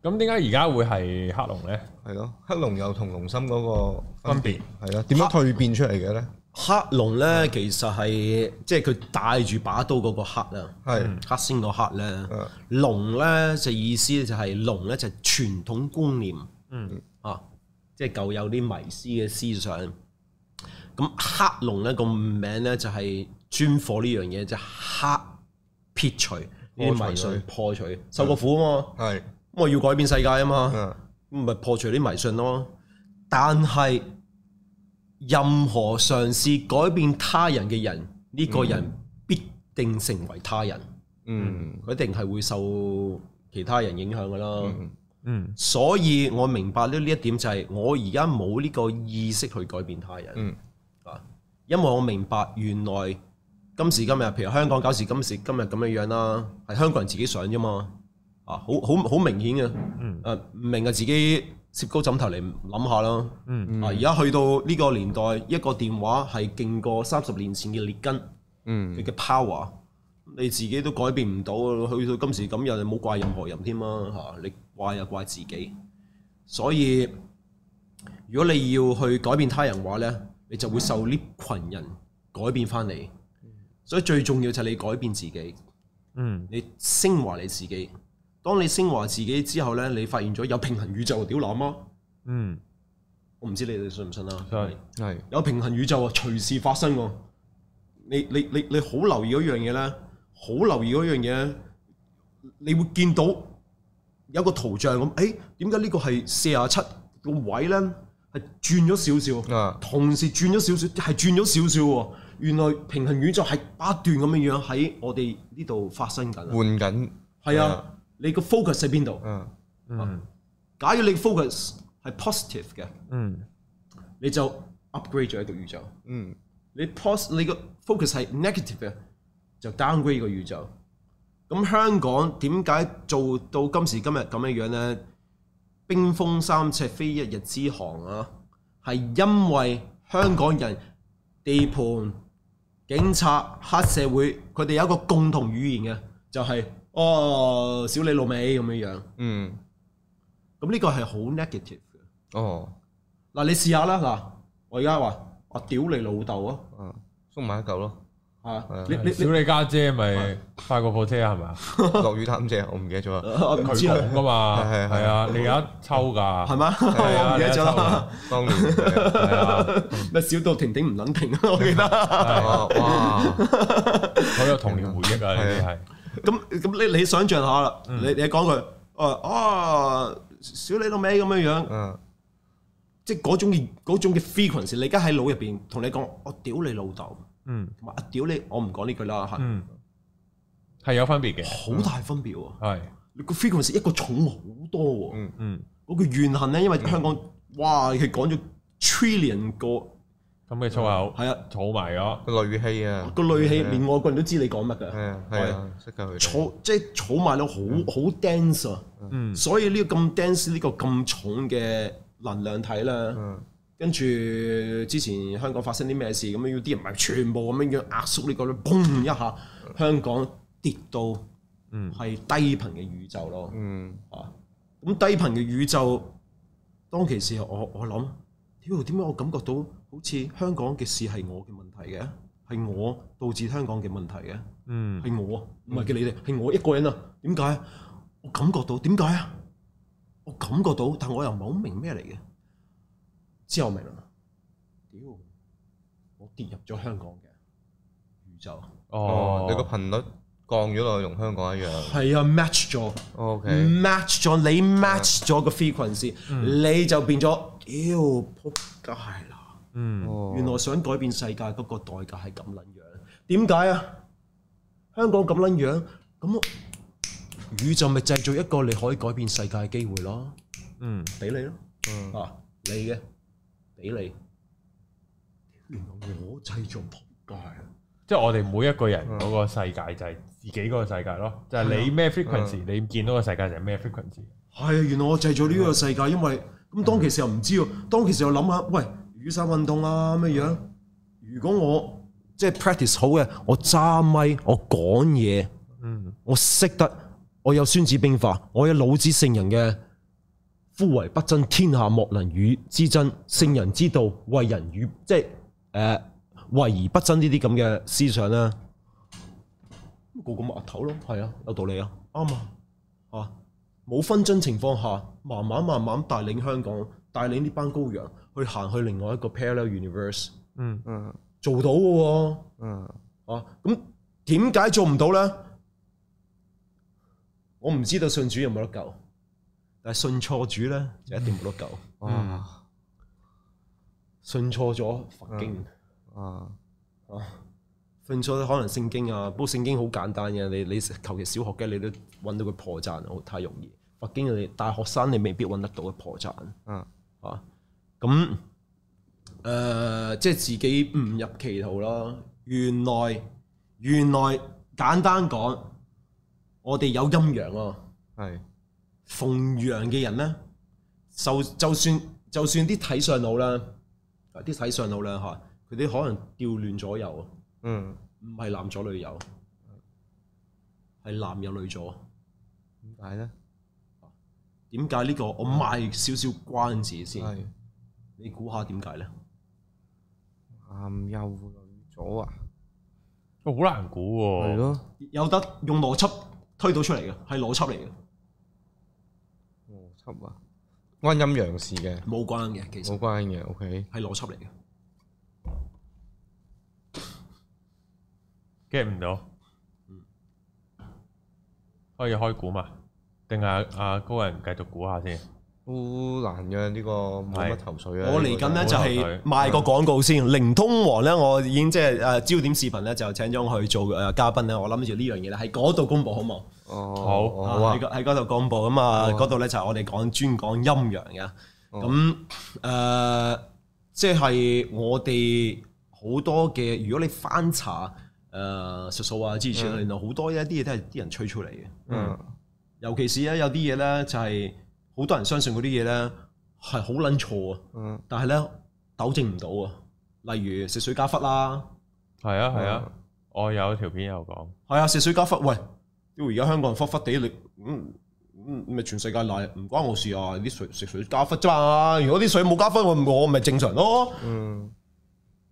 A: 咁點解而家會係黑龍咧？
B: 係咯黑龍又同龍心嗰個
A: 分別
B: 係咯點樣蜕變出嚟嘅咧？
C: 黑龍咧，其實係即係佢帶住把刀嗰個黑啊。
B: 係
C: 黑星個黑咧
B: 嗯，
C: 龍咧就意思就係龍咧就係傳統觀念，
A: 嗯
C: 啊，即係舊有啲迷思嘅思想。咁黑龍咧個名咧就係專火呢樣嘢，即係黑撇除呢啲迷信，破除受過苦啊嘛，
B: 係
C: 咁我要改變世界啊嘛，
B: 嗯
C: 咁咪破除啲迷信咯。但係任何嘗試改變他人嘅人，呢、個人必定成為他人。
B: 嗯
C: 佢一定係會受其他人影響噶啦。
A: 嗯
C: 所以我明白呢呢一點就係我而家冇呢個意識去改變他人。
B: 嗯
C: 啊，因為我明白原來今時今日，譬如香港搞時今時今日咁樣樣啦，係香港人自己想啫嘛。啊，好好好明顯嘅。
A: 嗯
C: 誒、唔明啊，自己攝高枕頭嚟諗下啦。
A: 嗯
C: 啊，而家去到呢個年代，一個電話係勁過三十年前嘅列根。
B: 嗯
C: 佢嘅 power，你自己都改變唔到，去到今時今日，你冇怪任何人添啦嚇，你怪就怪自己。所以如果你要去改變他人嘅話咧，你就會受呢群人改變翻你。所以最重要就係你改變自己，
A: 嗯，
C: 你升華你自己。當你升華自己之後咧，你發現咗有平衡宇宙，屌諗啊！
A: 嗯，
C: 我唔知你哋信唔信啊啦。
A: 信
B: 係
C: 有平衡宇宙啊，隨時發生喎。你你你你好留意嗰樣嘢咧，好留意嗰樣嘢呢，你會見到有個圖像咁，誒點解呢個係四廿七個位咧係轉咗少少，
B: 啊
C: 同時轉咗少少係轉咗少少喎。原來平衡宇宙係不斷咁樣樣喺我哋呢度發生緊啊。
B: 換緊，
C: 係啊，你個 focus 喺邊度？啊
B: 嗯
A: 嗯，
C: 假如你 focus 係 positive 嘅，
A: 嗯，
C: 你就 upgrade 咗一個宇宙。
B: 嗯
C: 你 pos 你個 focus 係 negative 嘅，就 downgrade 個宇宙。咁香港點解做到今時今日咁樣樣呢？冰封三尺非一日之寒啊！係因為香港人地盤、警察、黑社會，佢哋有一個共同語言嘅，就係、哦小你老味咁樣樣。
B: 嗯，
C: 咁呢個係好 negative 嘅。
B: 哦，
C: 嗱，你試下啦嗱，我而家話我屌你老豆啊！
B: 嗯，縮埋一嚿咯，
C: 啊！你
A: 你
C: 你你
A: 小你家姐咪快過部車係咪啊？
B: 落雨擔遮，我唔記得咗啦，
C: 我唔知
A: 佢
C: 啦，
A: 講噶嘛，
B: 係係係
A: 係啊，你而家抽㗎，
C: 係嘛？
A: 係啊
C: 我唔記
A: 你有
C: 得咗
A: 抽
C: 啦
A: 啊。
B: 當年係啊
A: 係啊，
C: 咪小到停停唔撚停啊！
B: 嗯
C: 我記得。
B: 哦哇，
A: 好有童年回憶啊！呢啲係，
C: 咁咁你你想象下啦，
B: 嗯
C: 你你講句，啊啊，小你老味咁樣樣，
B: 嗯
C: 即係嗰種嘅嗰種嘅 frequency，你而家喺腦入邊同你講，我屌你老豆，
A: 嗯
C: 同埋啊屌你，我唔講呢句啦嚇，
A: 嗯，係有分別嘅，
C: 好大分別喎。
A: 係，
C: 你個 frequency 一個重好多喎，
B: 嗯
A: 嗯，
C: 嗰個怨恨咧，因為香港哇佢講咗 trillion 個，
A: 咁嘅粗口，
C: 係啊，
A: 儲埋咗，
B: 個戾氣啊，
C: 個戾氣
B: 係啊
C: 連外國人都知你講乜㗎，
B: 係啊係啊，識㗎佢哋，
C: 儲即係儲埋到好
B: 嗯
C: 好 dense 啊！
A: 嗯
C: 所以呢個咁 dense 呢個咁重嘅能量體啦，
B: 嗯
C: 跟住之前香港發生啲咩事咁樣，要啲人咪全部咁樣樣壓縮呢個咧，嘣一下，
B: 嗯
C: 香港跌到
A: 嗯
C: 係低頻嘅宇宙咯。
B: 嗯
C: 啊，咁低頻嘅宇宙，當其時我我諗，屌點解我感覺到好似香港嘅事係我嘅問題嘅，係我導致香港嘅問題嘅。
A: 嗯
C: 係我啊，唔係嘅你哋，係我一個人啊。點解啊？我感覺到點解啊？我感覺到，但我又唔係好明咩嚟嘅。之後明啦，屌！我跌入咗香港嘅宇宙，
B: 哦
A: 哦，，
B: 你個頻率降咗落去，同香港一樣
C: 係啊，match 咗
B: ，O K，
C: ，match 咗，你 match 咗個 frequency，你就變咗，屌仆街啦！
A: 嗯
B: 哦
C: 原來想改變世界嗰個代價係咁撚樣，點解啊？香港咁撚樣，咁我宇宙咪製造一個你可以改變世界嘅機會咯，
A: 嗯，
C: 俾你咯，
B: 嗯
C: 啊，你嘅，俾你。原來我製造仆街啊！
A: 即係我哋每一個人嗰個世界就係自己嗰個世界咯，就係你咩 frequency，你見到個世界就係咩 frequency。
C: 係啊，原來我製造呢個世界，因為咁當其時又唔知喎，當其時又諗下，喂，雨傘運動啊咁嘅樣，如果我即係 practice 好嘅，我揸咪，我講嘢。
A: 嗯
C: 我識得，我有《孫子兵法》，我有老子聖人嘅「夫為不爭，天下莫能與之爭。聖人之道，為人與即係誒、呃、為而不爭呢啲咁嘅思想啦。個個咪額頭咯，係啊，有道理啊，啱啊，啊冇紛爭情況下，慢慢慢慢帶領香港，帶領呢班羔羊去行去另外一個 parallel universe，
A: 嗯
B: 嗯
C: 做到嘅喎、
B: 嗯
C: 啊，咁點解做唔到咧？我唔知道信主有冇得救，但係信錯主咧就一定冇得救。
B: 哇
C: 嗯
B: 啊
C: 信錯咗佛經
B: 啊
C: 啊，信錯可能聖經啊，不過聖經好簡單嘅，你你求其小學雞你都揾到個破綻，好太容易。佛經你大學生你未必揾得到嘅破綻。
B: 嗯
C: 啊，咁誒、呃即係自己誤入歧途啦。原來原來簡單講，我哋有陰陽啊。
B: 係
C: 奉陽嘅人咧，就就算就算啲睇相佬啦，啊啲睇相佬啦嚇，佢哋可能調亂左右啊，
B: 嗯
C: 唔係男左女右，係男有女左。
B: 點解咧？
C: 點解呢個我賣少少關子先？
B: 係
C: 你估下點解咧？
B: 男右女左啊？
A: 好難估
B: 係
A: 喎。
B: 咯，
C: 有得用邏輯推到出嚟嘅，係邏輯嚟嘅，
B: 邏輯啊，關陰陽事嘅，
C: 冇關嘅，其實
B: 冇關嘅。OK，
C: 係邏輯嚟嘅。
A: get 唔到，可以開估嘛？定係阿高人繼續估下先？
B: 好難嘅呢個冇乜頭緒啊。
C: 我嚟緊
A: 冇
C: 咧
B: 呢
C: 就
A: 頭緒
C: 係賣個廣告先，靈通王咧，我已經即係誒焦點視頻咧就請咗我去做誒嘉賓咧，我諗住呢樣嘢咧喺嗰度公佈好冇？
B: 個哦，
A: 好
B: 好啊
C: 喺，嗰喺嗰度公佈咁啊，
B: 好啊
C: 嗰度咧就係我哋講專講陰陽嘅，
B: 哦
C: 咁誒即係我哋好多嘅，如果你翻查誒術數啊之前，原來好多一啲嘢都係啲人吹出嚟嘅。
B: 嗯，
C: 尤其是咧有啲嘢咧就係好多人相信嗰啲嘢咧係好撚錯啊，
B: 嗯，
C: 但係咧糾正唔到啊。例如食水加忽啦，
A: 係啊係啊，我有條片有講，
C: 係啊食水加忽，喂，屌而家香港人忽忽地你嗯。嗯咪全世界賴唔關我事啊！啲水食水加忽啫嘛，如果啲水冇加忽，我我咪正常咯。
B: 嗯，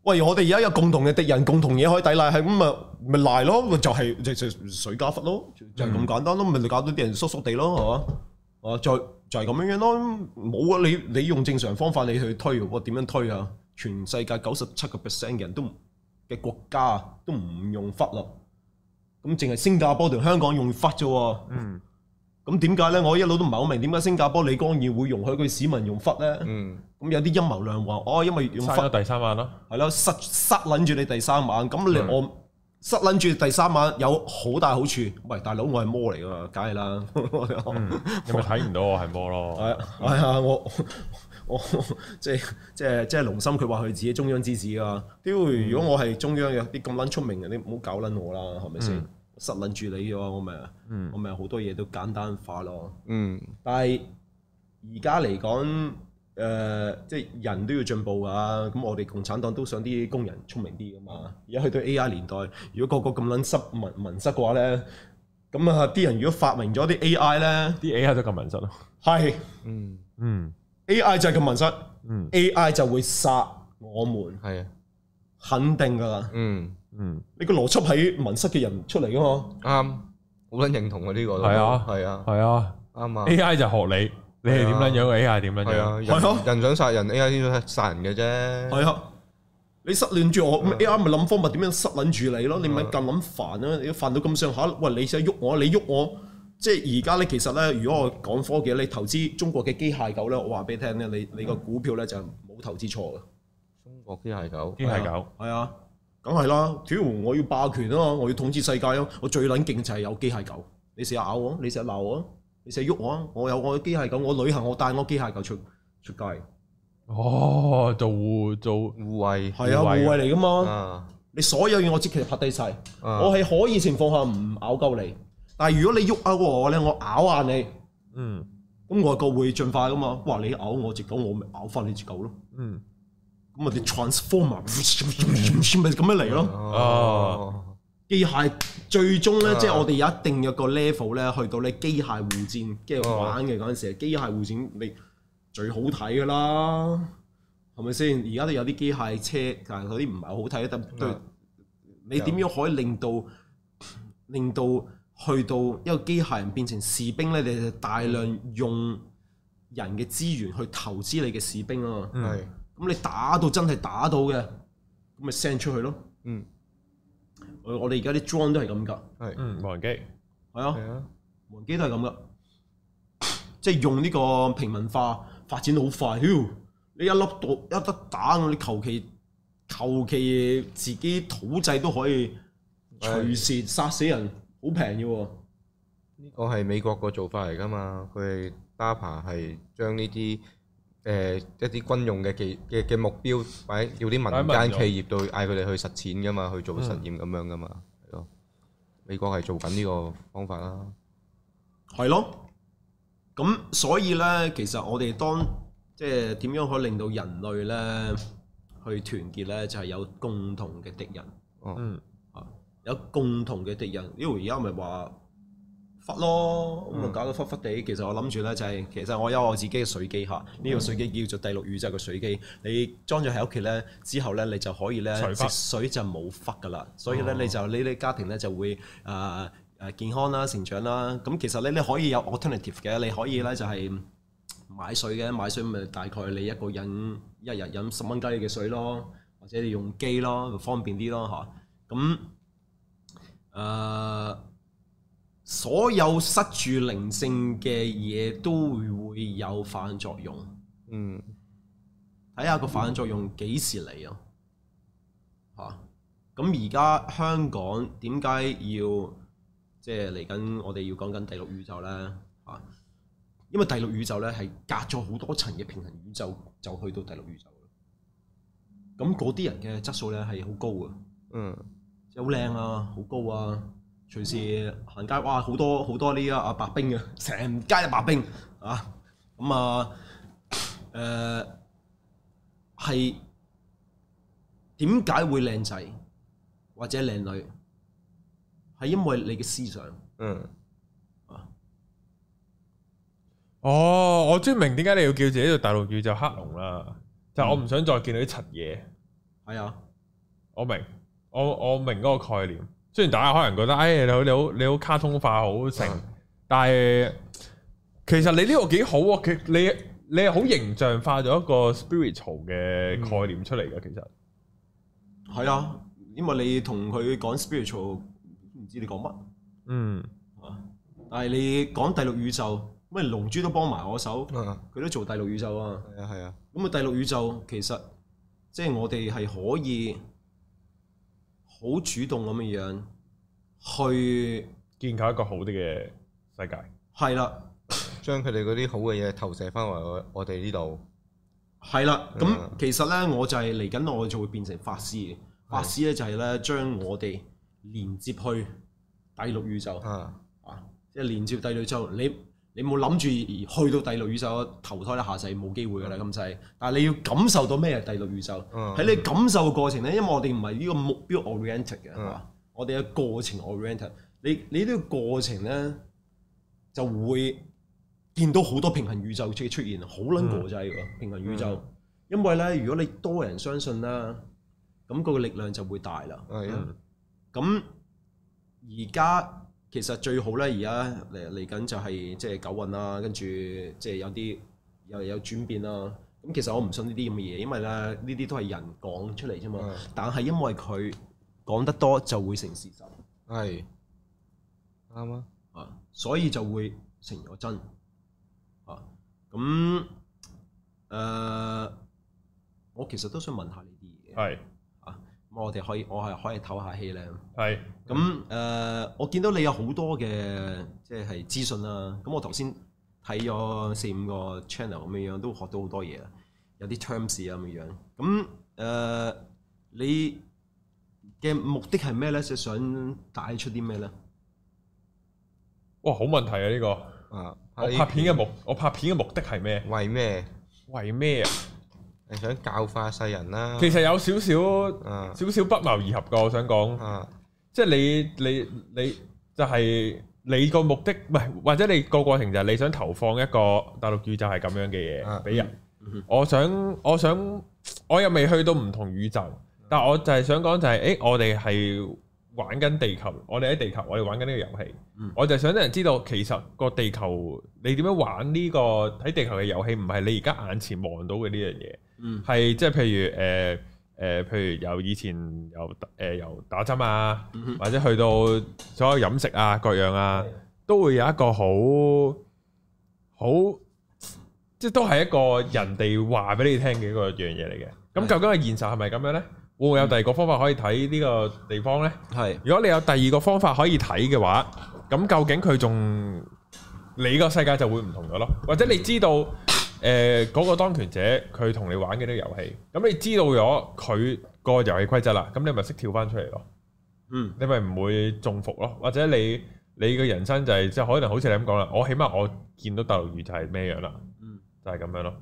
C: 喂，我哋而家有共同嘅敵人，共同嘢可以抵賴，係咁咪咪賴咯，咪就係就就水加忽咯，就係咁簡單咯，咪搞到啲人縮縮地咯，係嘛？啊，就就係咁樣樣咯，冇啊！你你用正常方法你去推，我點樣推啊？全世界九十七個 percent 嘅人都唔嘅國家都唔用忽咯，咁淨係新加坡同香港用忽啫喎。
A: 嗯，
C: 咁點解咧？我一路都唔係好明點解新加坡李光耀會容許佢市民用忽咧？
B: 嗯，
C: 咁有啲陰謀論話，哦，因為用
A: 嘥
C: 忽
A: 咗第三晚咯。
C: 係咯，塞塞撚住你第三晚，咁
A: 嗯
C: 你我塞撚住第三晚有好大好處。喂，大佬，我係魔嚟噶嘛，梗係啦。
A: 嗯，你咪睇唔到我係魔咯。
C: 係係啊，我 我即係即係即係龍心，佢話佢自己中央之子啊。屌，
A: 嗯
C: 如果我係中央嘅啲咁撚出名嘅，你唔好搞撚我啦，係咪先
A: 嗯？
C: 塞撚住你嘅話，我咪
A: 嗯
C: 我咪好多嘢都簡單化咯。
B: 嗯，
C: 但係而家嚟講，誒、即係人都要進步㗎。咁我哋共產黨都想啲工人聰明啲㗎啊嘛。而家去到 AI 年代，如果個個咁撚濕文文塞嘅話咧，咁啊啲人如果發明咗啲 AI 咧，
A: 啲 A I 都咁文質咯。
C: 係
B: 嗯，
A: 嗯
C: AI 就係咁文塞
A: 嗯
C: ，AI 就會殺我們，
B: 係啊，
C: 肯定㗎啦。
B: 嗯，
A: 嗯，
C: 你個邏輯喺文塞嘅人出嚟㗎嘛？
B: 啱，好撚認同啊呢個都，
A: 係啊
B: 係啊，
A: 係啊
B: 啱啊。
A: ，A I 就學你，你係點撚樣，A I 點撚
B: 係
A: 樣。
B: 啊，人
C: 係咯
B: 人想殺人，A I 先想殺人嘅啫。
C: 係啊。你塞亂住我，咁 AI 咪諗方法點樣塞撚住你咯？你咪咁諗煩啊！你煩到咁上下，喂，你想喐我，你喐我，即係而家咧，其實咧，如果我講科技，你投資中國嘅機械狗咧，我話俾你聽咧，你你個股票咧就係冇投資錯嘅。
B: 中國機械狗，
A: 機械狗，
C: 係啊，梗係啦，屌我要霸權啊嘛，我要統治世界啊嘛，我最撚勁就係有機械狗，你成日咬我，你成日鬧我，你成日喐我啊，我有我嘅機械狗，我旅行我帶我機械狗出出街，
A: 哦，做護做
B: 護衛
C: 係啊，
A: 護
C: 護
A: 衛
C: 衛嚟噶嘛。
B: 啊，
C: 你所有嘢我即其實拍低晒，
B: 啊
C: 我係可以情況下唔咬鳩你，但係如果你喐下我咧，我咬下你，
A: 嗯
C: 咁外國會進化噶嘛？哇！你咬我隻狗，我咪咬翻你隻狗咯。
A: 嗯
C: 咁我哋 transformer 咪咁樣嚟咯。
A: 哦，
C: 機械最終咧，
B: 啊
C: 即係我哋有一定嘅個 level 咧，去到咧機械互戰，跟住玩嘅嗰陣
B: 啊
C: 時，機械互戰你最好睇噶啦，係咪先？而家都有啲機械車，但係嗰啲唔係好睇，但對
B: 啊
C: 你點樣可以令到令到去到一個機械人變成士兵咧？你就大量用人嘅資源去投資你嘅士兵啊嘛，
B: 係，
C: 咁你打到真係打到嘅，咁咪 send 出去咯。
B: 嗯，
C: 我我哋而家啲 drone 都係咁㗎。
B: 係，
A: 嗯，無人機，
C: 係啊，
B: 係啊，
C: 無人機都係咁噶，即係用呢個平民化發展得好快。屌，你一粒到一粒打，你求其求其自己土製都可以隨時殺死人，好平嘅喎。
B: 呢個係美國個做法嚟㗎嘛，佢係 DARPA 係將呢啲誒一啲軍用嘅技嘅嘅目標，擺叫啲民
A: 擺
B: 間
A: 民用
B: 企業度嗌佢哋去實踐㗎嘛，去做
A: 嗯
B: 實驗咁樣㗎嘛，係咯，美國係做緊呢個方法啦，
C: 係咯，咁所以咧，其實我哋當即係點樣可以令到人類咧去團結咧，就係、有共同嘅敵人。啊
B: 哦，
A: 嗯
C: 有共同嘅敵人，因為而家咪話忽咯，咁咪啊
A: 嗯
C: 搞到忽忽地。其實我諗住咧就係、其實我有我自己嘅水機客，呢、
A: 嗯
C: 個水機叫做第六宇宙嘅水機。你裝咗喺屋企咧之後咧，你就可以咧
A: 除忽哦
C: 食水就冇忽噶啦。所以咧你就呢啲家庭咧就會啊誒健康啦、成長啦。咁其實咧你可以有 alternative 嘅，你可以咧就係、買水嘅，買水咪大概你一個人一日飲十蚊雞嘅水咯，或者你用機咯，就方便啲咯嚇。咁誒、呃所有塞住靈性嘅嘢都會有反作用，
B: 嗯，
C: 睇下個反作用幾時嚟啊！嚇、咁而家香港點解要即係嚟緊？我哋要講緊第六宇宙咧嚇、因為第六宇宙咧係隔咗好多層嘅平行宇宙，就去到第六宇宙啦。咁嗰啲人嘅質素咧係好高嘅，
B: 嗯，
C: 即係好靚啊，好高啊！隨時行街，哇，好多好多呢啲啊白冰啊， 成街都白冰啊！咁啊誒係點解會靚仔或者靚女？係因為你嘅思想。
B: 嗯，
A: 哦，我終於明點解你要叫自己做大陸宇宙黑龍啦，就係我唔想再見到啲柒嘢。
C: 係啊，
A: 我明，我我明嗰個概念。雖然大家可能覺得，哎，你好你好你好卡通化好成，但係其實你呢個幾好喎。佢你你係好形象化咗一個 spiritual 嘅概念出嚟嘅，其實
C: 係啊，因為你同佢講 spiritual，唔知你講乜。
A: 嗯
C: 但係你講第六宇宙，咩龍珠都幫埋我手，
B: 啊，
C: 佢都做第六宇宙啊。
B: 係啊，係啊，
C: 咁啊，第六宇宙其實即係我哋係可以好主動咁樣樣去
A: 建構一個好啲嘅世界。
C: 係啦，
B: 將佢哋嗰啲好嘅嘢投射翻嚟我我哋呢度，
C: 係啦。
B: 嗯
C: 咁其實咧，我就係嚟緊，我就會變成法師嘅。法師咧就係咧將我哋連接去第六宇宙
B: 啊，
C: 啊，即係連接第六宇宙。你你冇諗住去到第六宇宙投胎咧，下世冇機會㗎啦咁滯。但係你要感受到咩係第六宇宙？
B: 嗯
C: 喺你感受嘅過程咧，因為我哋唔係呢個目標 oriented 嘅，係
B: 嗯
C: 嘛我哋嘅過程 oriented。你你呢個過程咧，就會見到好多平行宇宙出出現，好撚
B: 嗯
C: 過滯㗎平行宇宙。因為咧，如果你多人相信啦，咁個力量就會大啦。
B: 係啊，
C: 咁而家其實最好咧，而家嚟嚟緊就係即係九運啦，跟住即係有啲又有轉變啦。咁其實我唔信呢啲咁嘅嘢，因為咧呢啲都係人講出嚟啫嘛。
B: 嗯
C: 但係因為佢講得多就會成事實
B: 係，啱啊，
C: 啊，所以就會成咗真啊。咁誒、呃我其實都想問下呢啲嘢。
A: 係
C: 咁我哋可以，我係可以唞下氣咧。
A: 係
C: 咁誒、呃我見到你有好多嘅即係資訊啦。咁我頭先睇咗四五個 channel 咁樣樣，都學到好多嘢啦。有啲 terms 啊咁樣樣。咁誒、呃你嘅目的係咩咧？即係想帶出啲咩咧？
A: 哇，好問題啊！呢個
B: 啊，
A: 我拍片嘅目，我拍片嘅目的係咩？
B: 為咩？
A: 為咩啊？
B: 係想教化世人啦，
A: 其實有少少
B: 啊
A: 少少不謀而合㗎，我想講。
B: 啊，
A: 即係你你你就係你個目的，唔係或者你個過程就係你想投放一個大陸宇宙係咁樣嘅嘢
B: 啊
A: 俾人
C: 嗯哼。
A: 我想我想我又未去到唔同宇宙，但我就係想講就係、誒、我哋係玩緊地球，我哋喺地球，我哋玩緊呢個遊戲。
C: 嗯
A: 我就想啲人知道，其實個地球你點樣玩呢、個喺地球嘅遊戲，唔係你而家眼前望到嘅呢樣嘢。
C: 嗯
A: 係即係譬如誒誒、呃呃譬如由以前由誒、呃由打針啊，
C: 嗯哼
A: 或者去到所有飲食啊各樣啊，都會有一個好好即係都係一個人哋話俾你聽嘅一個樣嘢嚟嘅。咁
C: 係
A: 究竟係現實係咪咁樣呢？會唔會有第二個方法可以睇呢個地方呢？
C: 係
A: 如果你有第二個方法可以睇嘅話，咁究竟佢仲你個世界就會唔同咗咯？或者你知道誒嗰、個當權者佢同你玩嘅呢個遊戲，咁你知道咗佢個遊戲規則啦，咁你咪識跳翻出嚟咯，
C: 嗯
A: 你咪唔會中伏咯，或者你你嘅人生就係、即係可能好似你咁講啦，我起碼我見到大陸魚就係咩樣啦，
C: 嗯。
A: 就係、咁樣咯。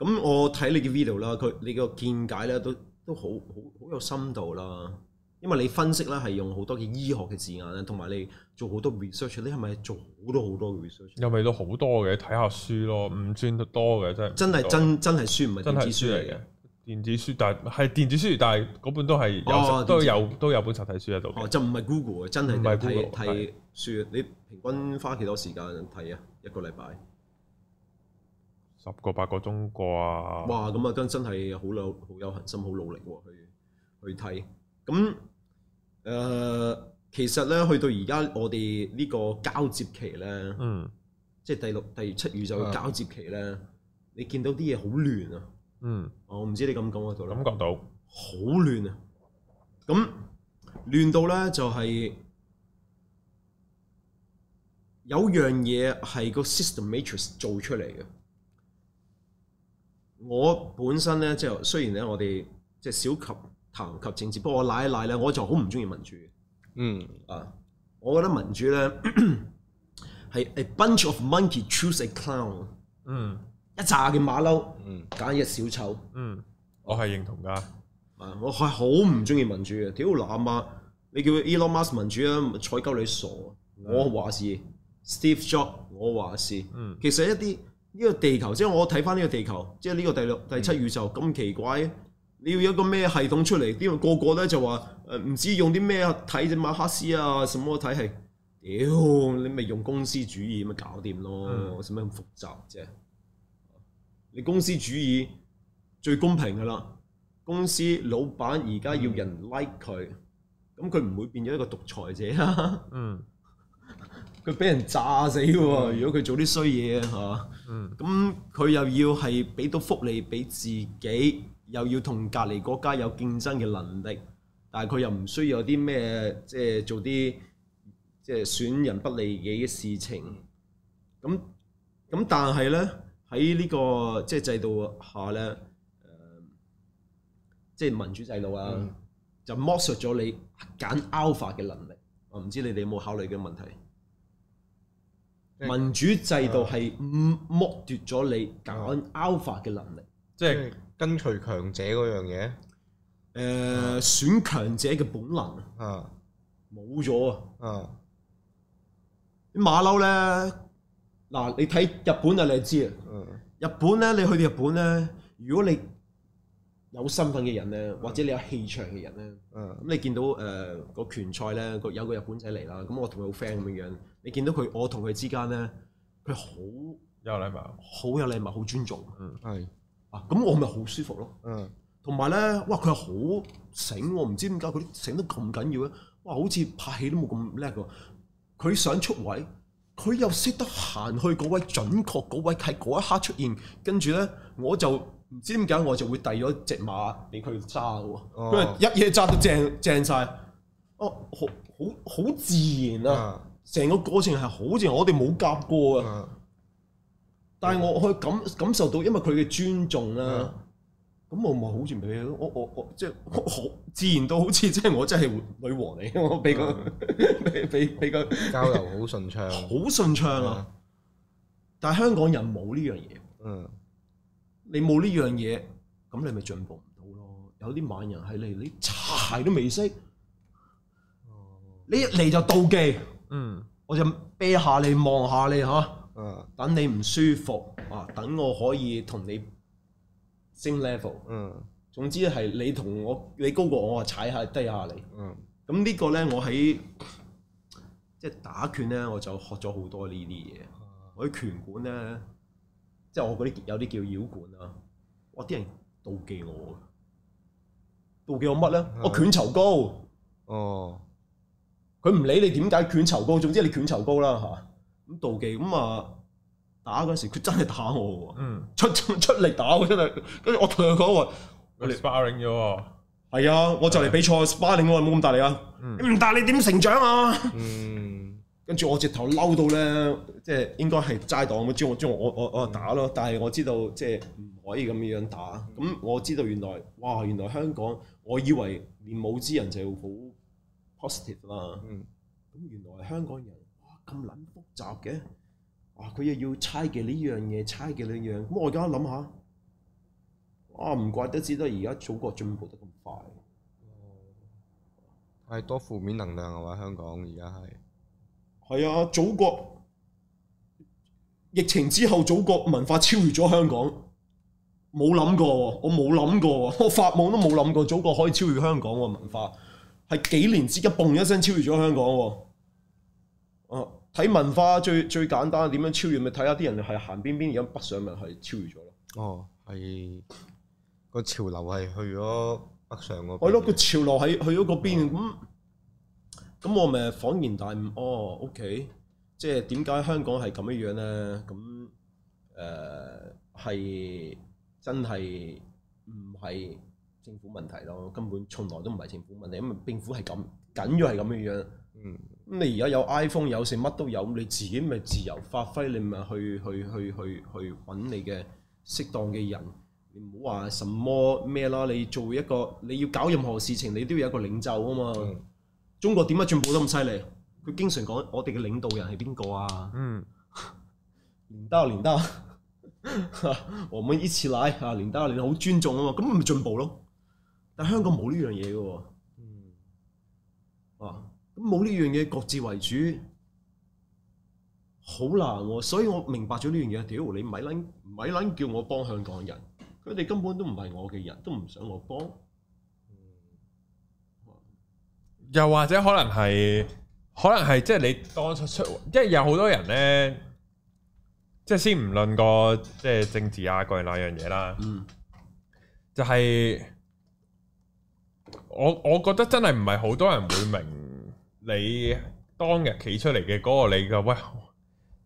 C: 咁我睇你嘅 video 啦，佢你個見解咧都都好好好有深度啦。因為你分析咧係用好多嘅醫學嘅字眼咧，同埋你做好多 research，你係咪做好多好多嘅 research？
A: 又未到好多嘅，睇下書咯，唔算得多嘅真係。
C: 真係真真係書唔係
A: 真
C: 電
A: 係
C: 子書
A: 書
C: 嚟
A: 嚟
C: 嘅
A: 嘅。。電子書，但係係電子書，但係嗰本都係有實、
C: 哦
A: 都
C: 電子
A: 有都有本實體書喺度嘅
C: 哦，。就唔係 Google 嘅，真係
A: 唔係
C: 睇
A: Google，
C: 睇書。你平均花幾多時間睇啊？一個禮拜？
A: 十個八個鐘過啊！
C: 哇！咁啊，真真係好有好有恒心，好努力喎、去去睇。咁誒、呃其實咧，去到而家我哋呢個交接期咧，
A: 嗯
C: 即係第六、第七宇宙嘅
B: 啊
C: 交接期咧，你見到啲嘢好亂啊！
A: 嗯，
C: 我唔知你咁講啊嗰度啦
A: 感，覺到
C: 好亂啊！咁亂到咧就係、有樣嘢係個 system matrix 做出嚟嘅。我本身咧，即係雖然咧，我哋即係少及談及政治，不過我奶一奶咧，我就好唔中意民主嘅
B: 嗯，
C: 啊！我覺得民主咧 係 a bunch of monkey choose a clown，
A: 嗯
C: 一紮嘅馬騮
B: 嗯
C: 揀一隻小丑。
A: 嗯，我係認同㗎。
C: 啊！我係好唔中意民主嘅，屌嗱啊！你叫 Elon Musk 民主啊，睬鳩你傻啊！我話事，Steve Jobs 我話事。
A: 嗯
C: 其實一啲呢個地球，即係我睇翻呢個地球，即係呢個第六、第七宇宙咁奇怪，你要一個咩系統出嚟？啲個個咧就話誒唔知用啲咩啊睇隻馬克思啊，什麼體系？屌你咪用公司主義咪搞掂咯，使乜咁複雜啫？你公司主義最公平噶啦，公司老闆而家要人 like 佢，咁佢唔會變咗一個獨裁者啦，
A: 嗯
C: 佢俾人炸死喎！如果佢做啲衰嘢啊嚇，
A: 嗯
C: 咁佢又要係俾到福利俾自己，又要同隔離國家有競爭嘅能力，但係佢又唔需要有啲咩即係做啲即係損人不利己嘅事情。咁咁但係咧喺呢個即係制度下咧，誒、即係民主制度啊，
B: 嗯
C: 就剝削咗你揀 alpha 嘅能力。我唔知你哋有冇考慮嘅問題？
B: 即係
C: 民主制度係唔剝奪咗你揀 alpha 嘅能力。
A: 即
B: 即
A: 係
B: 係跟隨強者嗰樣嘢
C: 誒、選強者嘅本能
B: 啊
C: 冇咗啊！
B: 啊，
C: 啲馬騮咧，嗱你睇日本啊，你就知啊。
B: 嗯
C: 日本咧，你去到日本咧，如果你有身份嘅人咧，或者你有氣場嘅人咧，
B: 嗯
C: 咁你見到誒、個拳賽咧，個有個日本仔嚟啦，咁我同佢好 friend 咁樣樣，你見到佢，我同佢之間咧，佢好
A: 有禮貌。
C: 好有禮貌，好尊重
B: 係
C: 啊，咁我咪好舒服咯。
B: 嗯
C: 同埋咧，哇！佢係好醒，我唔知點解佢啲醒得咁緊要咧。哇！好似拍戲都冇咁叻喎。佢想出位，佢又識得行去嗰位準確嗰位喺嗰一刻出現，跟住咧我就唔知點解我就會遞咗只馬俾佢揸喎。
B: 哦
C: 佢、一嘢揸到正正晒，哦，好好好自然啊！
B: 啊
C: 成個過程係好似我哋冇夾過啊！
B: 啊
C: 但係我去感感受到，因為佢嘅尊重啦，咁、我咪好似俾佢咯。我我我即係我好自然到好似即係我真係女王嚟，我俾個俾俾俾個
B: 交流好順
C: 好
B: 暢，
C: 順暢啊！但係香港人冇呢樣嘢，
B: 嗯
C: 你冇呢樣嘢，咁你咪進步唔到咯。有啲猛人係你，你柴都未識，你一嚟就妒忌，
A: 嗯
C: 我就啤下你，望下你嚇。
B: 啊
C: 等你唔舒服啊，等我可以同你升 level。
B: 嗯
C: 總之係你同我，你高過我啊，踩下低下你。
B: 嗯
C: 咁呢個呢，我喺即係打拳呢，我就學咗好多呢啲嘢。我喺拳館呢，即係我嗰啲有啲叫妖館啊，哇！啲人妒忌我啊嘅，妒忌我乜呢？我拳頭高。
B: 哦
C: 佢唔理你點解拳酬高，總之你拳酬高啦嚇。咁妒忌咁啊，打嗰時佢真係打我喎，
A: 嗯
C: 出出出力打我真係。跟住我同佢講話，
A: 我哋 sparring 咗喎。
C: 係啊，我就嚟比賽 sparring 喎，冇咁大力啊！
A: 嗯
C: 你唔大力點成長啊？
B: 嗯
C: 跟住我直頭嬲到咧，即係應該係齋擋咁，知我知我我我我打咯。但係我知道即係唔可以咁樣打。咁我知道原來哇，原來香港我以為練武之人就好 positive 啦。
B: 嗯
C: 咁原來香港人哇咁撚複雜嘅，哇佢又要猜忌呢樣嘢，猜忌呢樣，咁我而家諗下，哇唔怪得知得而家祖國進步得咁快，
B: 太多負面能量嘅話，香港而家係
C: 係啊，祖國疫情之後，祖國文化超越咗香港，冇諗過喎，我冇諗過喎，我 發夢都冇諗過祖國可以超越香港喎文化，係幾年之一嘣一聲超越咗香港喎。啊，睇文化最最簡單點樣超越，咪睇下啲人係行邊邊，而家北上咪係超越咗咯。
B: 哦係個潮流係去咗北上嗰邊
C: 我咯個潮流喺去咗嗰邊咁，咁我咪恍然大悟，哦，OK，即係點解香港係咁樣樣咧？咁誒係真係唔係政府問題咯，根本從來都唔係政府問題，因為政府係咁緊要係咁樣樣。
B: 嗯
C: 咁你而家有 iPhone 有成乜都有，咁你自己咪自由發揮，你咪去去去去去揾你嘅適當嘅人。你唔好話什麼咩啦，你做一個你要搞任何事情，你都要有一個領袖啊嘛。
B: 嗯
C: 中國點解進步得咁犀利？佢經常講我哋嘅領導人係邊個啊？
A: 嗯，
C: 連得連得， 我們一起來啊！連得連好尊重啊嘛，咁咪進步咯。但香港冇呢樣嘢嘅喎。
B: 嗯
C: 啊，咁冇呢樣嘢各自為主，好難喎、所以我明白咗呢樣嘢，屌你咪撚咪撚叫我幫香港人，佢哋根本都唔係我嘅人，都唔想我幫。
A: 又或者可能係，可能係即係你當初出，因為有好多人咧，即係先唔論個即係政治啊各樣那樣嘢啦，
C: 嗯，
A: 就係、我我覺得真係唔係好多人會明你當日企出嚟嘅嗰個你嘅喂，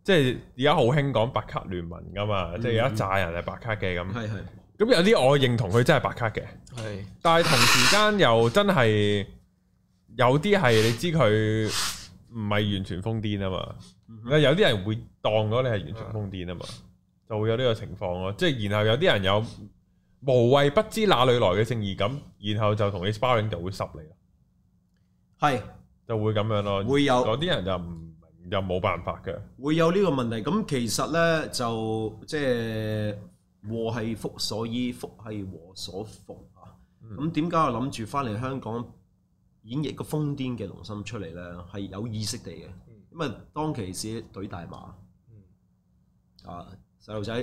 A: 即係而家好興講白卡聯盟噶嘛，即係有一紮人係白卡嘅咁，咁、
C: 係係
A: 有啲我認同佢真係白卡嘅。
B: 係
A: 但係同時間又真係有啲係你知佢唔係完全瘋癲啊嘛，有啲人會當咗你係完全瘋癲啊嘛，就會有呢個情況咯。即係然後有啲人有無謂不知哪裏來嘅正義感，然後就同你 sparring 就會濕你咯，
C: 係
A: 就會咁樣咯。
C: 會有
A: 嗰啲人就唔明，又冇辦法嘅。
C: 會有呢個問題。咁其實咧就即係禍係福所依，福係禍所伏啊。咁點解我諗住翻嚟香港演繹個瘋癲嘅龍心出嚟咧？係有意識地嘅，因為當其時懟大麻。
B: 嗯
C: 啊，細路仔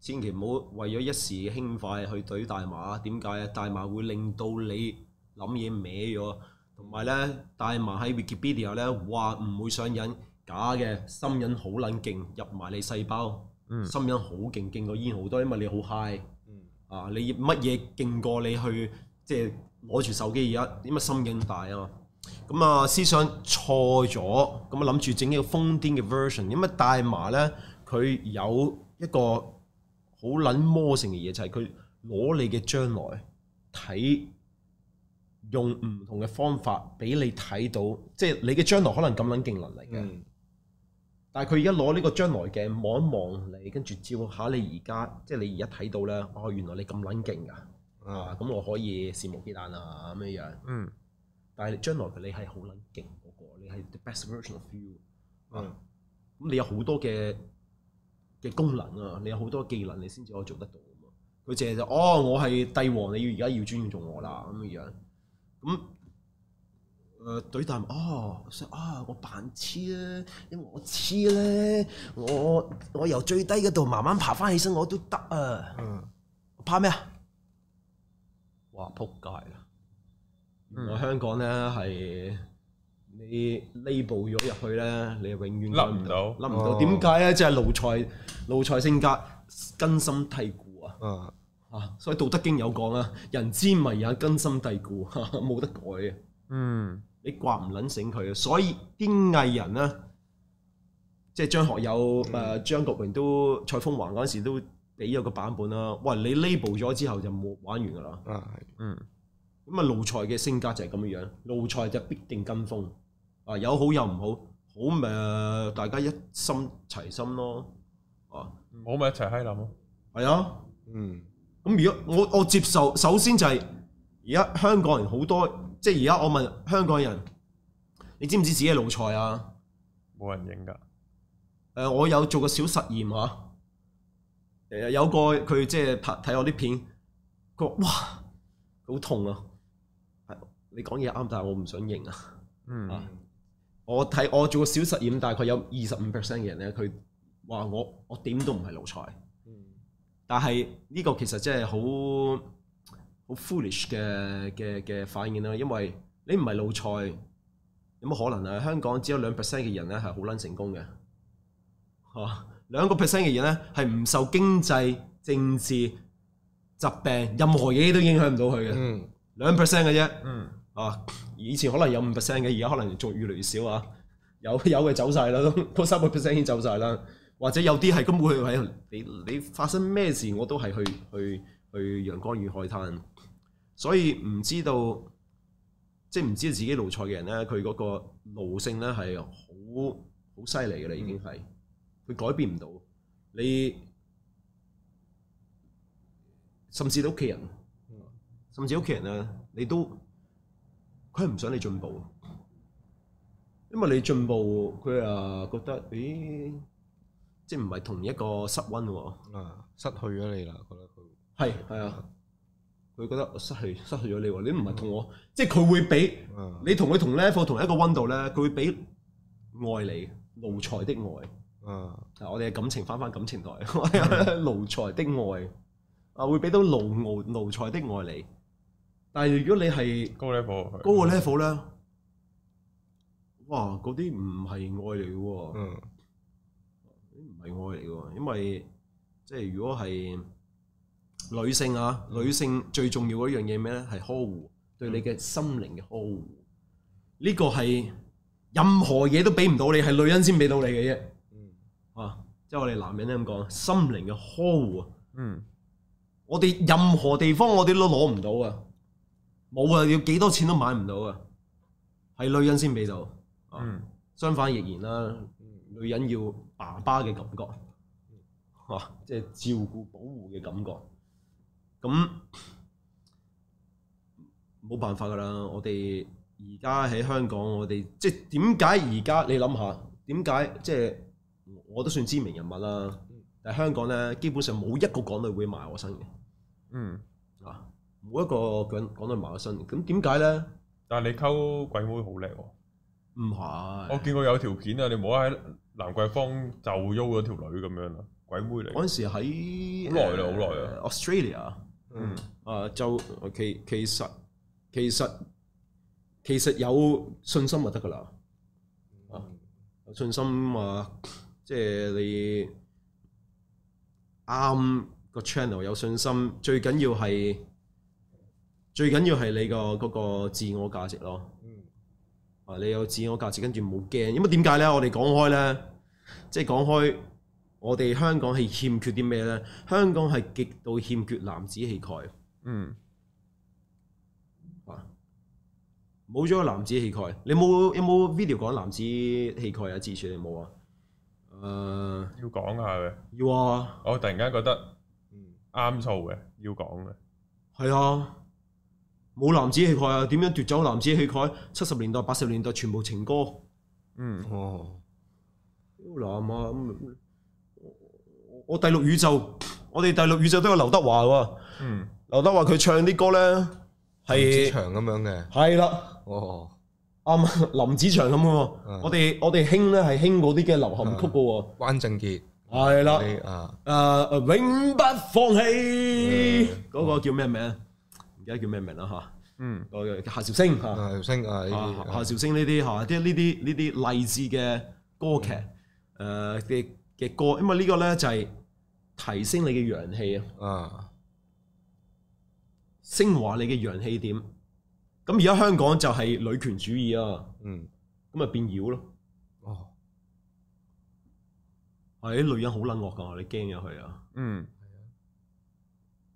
C: 千祈唔好為咗一時嘅輕快去懟大麻，點解啊？大麻會令到你諗嘢歪咗，同埋咧大麻喺 Wikipedia 咧話唔會上癮，假嘅，心癮好撚勁，入埋你細胞，
A: 嗯
C: 心癮好勁，勁過煙好多，因為你好 high
B: 嗯
C: 啊，你乜嘢勁過你去即係攞住手機而家，因為心癮大啊嘛。咁啊，思想錯咗，咁啊諗住整一個瘋癲嘅 version，因為大麻咧佢有一個好撚魔性嘅嘢，就係佢攞你嘅將來睇，用唔同嘅方法俾你睇到，即係你嘅將來可能咁撚勁能力嘅。
B: 嗯
C: 但係佢而家攞呢個將來鏡望一望你，跟住照下你而家，即係你而家睇到咧，哦，原來你咁撚勁噶，
B: 啊
C: 啊，咁我可以肆無忌憚啊咁樣樣。
A: 嗯
C: 但係將來你係好撚勁嗰個，你係 the best version of you。
B: 嗯
C: 咁你有好多嘅嘅功能啊，你有好多技能，你先至可以做得到啊嘛。佢淨係就哦，我係帝王，你要而家要尊重我啦咁樣樣。咁誒對答哦，想啊，我扮黐咧，因為我黐咧，我我由最低嗰度慢慢爬翻起身，我都得啊。
B: 嗯
C: 我怕咩啊？哇！撲街啦！原來香港咧係你 label 咗入去咧，你永遠
A: 笠唔到
C: 笠唔到。
B: 哦
C: 點解咧？即係奴才奴才性格根深蒂固啊！
B: 啊
C: 啊，所以《道德經》有講啊，人之迷也，根深蒂固，冇得改啊嘅。
A: 嗯
C: 你刮唔撚醒佢啊！所以啲藝人咧，即係張學友、誒、張國榮都蔡風華嗰陣時都俾咗個版本啦。喂，你 label 咗之後就冇玩完㗎啦。
B: 啊
A: 嗯
C: 咁啊，奴才嘅性格就係咁樣樣，奴才就必定跟風啊，有好有唔好，好咪誒大家一心齊心咯。啊，
A: 我咪一齊閪諗咯。
C: 係啊。
B: 嗯
C: 咁如果我我接受，首先就係而家香港人好多，即係而家我問香港人，你知唔知自己係奴才啊？
A: 冇人影㗎。
C: 誒、呃我有做過小實驗嚇、啊，誒有個佢即係拍睇我啲片，佢話哇好痛啊，係你講嘢啱，但係我唔想認啊，
A: 嗯
C: 啊我睇我做個小實驗，大概有二十五 percent 嘅人咧，佢話我我點都唔係奴才，但係呢個其實真係好好 foolish 嘅嘅嘅反應啦，因為你唔係奴才，有冇可能啊？香港只有兩 percent 嘅人咧係好撚成功嘅，嚇兩個 percent 嘅人咧係唔受經濟、政治、疾病任何嘢都影響唔到佢嘅，
B: 嗯，
C: 兩 percent 嘅啫。
A: 嗯，
C: 啊，以前可能有五 percent 嘅，而家可能仲越嚟越少啊。有 有嘅走晒啦，嗰三個 percent 已經走晒啦。或者有啲係根本佢喺你你發生咩事我都係去去去陽光與海灘，所以唔知道即係唔知道自己奴才嘅人咧，佢嗰個奴性咧係好好犀利嘅啦，已經係佢改變唔到你，甚至你屋企人，甚至屋企人啊，你都佢係唔想你進步，因為你進步，佢啊覺得，咦，即係唔係同一個室温喎？
B: 啊，失去咗你啦，覺得佢
C: 係係啊，佢覺得我失去失去咗你喎，你唔係同我，即係佢會俾
B: 啊，
C: 你同佢同 level 同一個温度咧，佢會俾愛你奴才的愛。
B: 啊，
C: 嗱，我哋嘅感情翻翻感情台，我哋 奴才的愛啊，會俾到奴奴奴才的愛你。但係如果你係
A: 高 level 佢
C: 高個 level 咧，哇！嗰啲唔係愛嚟嘅喎，
B: 嗯
C: 嗰啲唔係愛嚟嘅喎，因為即係如果係女性啊，女性最重要嗰樣嘢咩咧？係呵護，對你嘅心靈嘅呵護。呢個係任何嘢都俾唔到你，係女人先俾到你嘅啫。
B: 嗯
C: 啊，即係我哋男人咧咁講，心靈嘅呵護啊，
A: 嗯
C: 我哋任何地方我哋都攞唔到啊，冇啊，要幾多錢都買唔到啊，係女人先俾到。啊
A: 嗯
C: 相反亦然啦，女人要爸爸嘅感覺，嚇、即係照顧保護嘅感覺。咁冇辦法㗎啦，我哋而家喺香港，我哋即係點解而家你諗下點解即係我都算知名人物啦，但係香港咧基本上冇一個港女會埋我身嘅，
A: 嗯，
C: 啊冇一個港港女埋我身嘅，咁點解咧？
A: 但係你溝鬼妹好叻喎，
C: 唔係
A: 我。見過有條片啊，你冇喺蘭桂坊就喐嗰條女咁樣啦，鬼妹嚟，
C: 嗰陣時喺
A: 好耐啦好耐啦
C: 呃 Australia
A: 嗯
C: 啊，就其其實其實其實有信心就得噶啦，啊有信心啊，即係你啱個 channel 有信心，最緊要係最緊要係你個嗰、個自我價值咯。
B: 嗯
C: 啊，你有自我價值，跟住冇驚，因為點解咧？我哋講開咧，即係講開，我哋香港係欠缺啲咩咧？香港係極度欠缺男子氣概
A: 嗯
C: 啊！冇咗個男子氣概，你冇有冇 video 講男子氣概啊？之處你冇啊？誒、
A: 要講下嘅，
C: 要啊，
A: 我突然間覺得
B: 嗯
A: 啱數嘅，要講嘅，
C: 係啊，冇男子氣概啊！點樣奪走男子氣概？七十年代、八十年代全部情歌。
A: 嗯
B: 哦，
C: 嗱啊咁，我我第六宇宙，我哋第六宇宙都有劉德華喎。
A: 嗯
C: 劉德華佢唱啲歌咧
B: 係
C: 係
B: 長咁樣嘅，
C: 係啦，
B: 哦，
C: 啱啊 林子祥咁嘅喎。
B: 嗯
C: 我哋我哋興咧係興嗰啲嘅流行曲嘅喎。
B: 關正傑
C: 係啦，
B: 嗯你啊，
C: 誒誒永不放棄嗯嗰個叫咩名？啊唔記得叫咩名啦嚇。
A: 嗯
C: 嗰個夏韶聲嚇。
B: 啊姚星啊呢
C: 啊
B: 啲
C: 夏
B: 啊
C: 韶聲呢啲嚇，即係呢啲呢啲勵志嘅歌劇誒嘅嘅歌，因為呢個咧就係提升你嘅陽氣啊，
B: 啊，
C: 升華你嘅陽氣點。咁而家香港就係女權主義啊，
B: 嗯，
C: 咁咪變妖咯。
B: 哦，
C: 係啊啲女人好撚惡㗎，你驚咗佢啊！
A: 嗯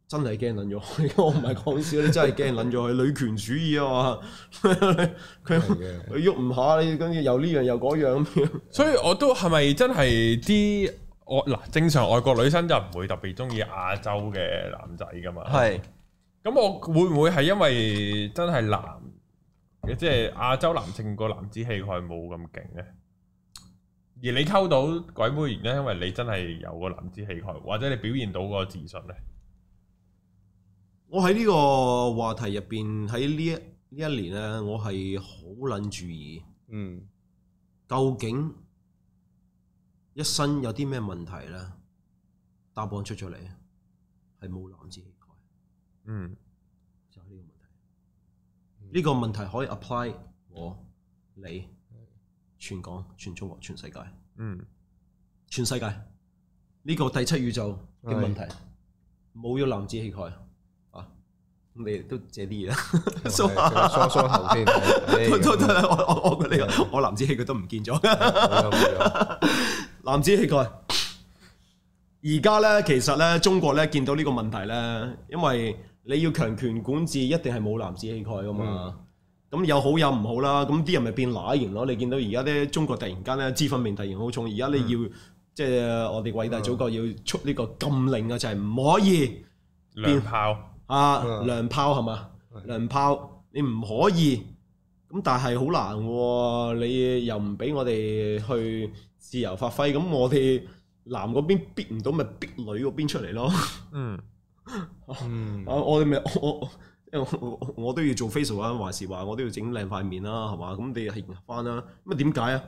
C: 真係驚撚咗佢，我唔係講笑，你真係驚撚咗佢。女權主義啊嘛，佢
B: 係嘅
C: 佢喐唔下，你跟住又呢樣又嗰樣咁樣。
A: 所以我都係咪真係啲我嗱正常外國女生就唔會特別中意亞洲嘅男仔噶嘛？
C: 係
A: 咁我會唔會係因為真係男，即係亞洲男性個男子氣概冇咁勁呢？而你溝到鬼妹原因，因為你真係有個男子氣概，或者你表現到個自信呢？
C: 我喺呢個話題入邊，喺呢一一年咧，我係好撚注意，
B: 嗯
C: 究竟一生有啲咩問題咧？答案出咗嚟，係冇男子氣概，
A: 嗯
C: 就係、呢個問題。呢、個問題可以 apply 我、你、全港、全中國、全世界。
A: 嗯
C: 全世界呢、個第七宇宙嘅問題，冇咗男子氣概啊！咁你都借啲嘢啦，
B: 梳梳梳頭先，唉
C: 都都都我我我你我男子氣概都唔見咗，
B: 冇有冇有
C: 男子氣概。而家咧，其實咧，中國咧見到呢個問題咧，因為你要強權管治，一定係冇男子氣概噶嘛。咁、有好有唔好啦，咁啲人咪變乸型咯。你見到而家咧，中國突然間咧，脂粉面突然好重，而家你要、即係我哋偉大祖國要出呢個禁令啊，就係、唔可以。
A: 兩炮
C: 啊
B: 嗯
C: 糧炮係嘛？
B: 係
C: 糧炮你唔可以，咁但係好難喎、你又唔俾我哋去自由發揮，咁我哋男嗰邊逼唔到，咪逼女嗰邊出嚟咯。啊
A: 嗯
B: 嗯
C: 我哋咪我我我我都要做 facial 啊，還是話我都要整靚塊面啦，係嘛？咁你係迎合翻啦。咁啊點解啊？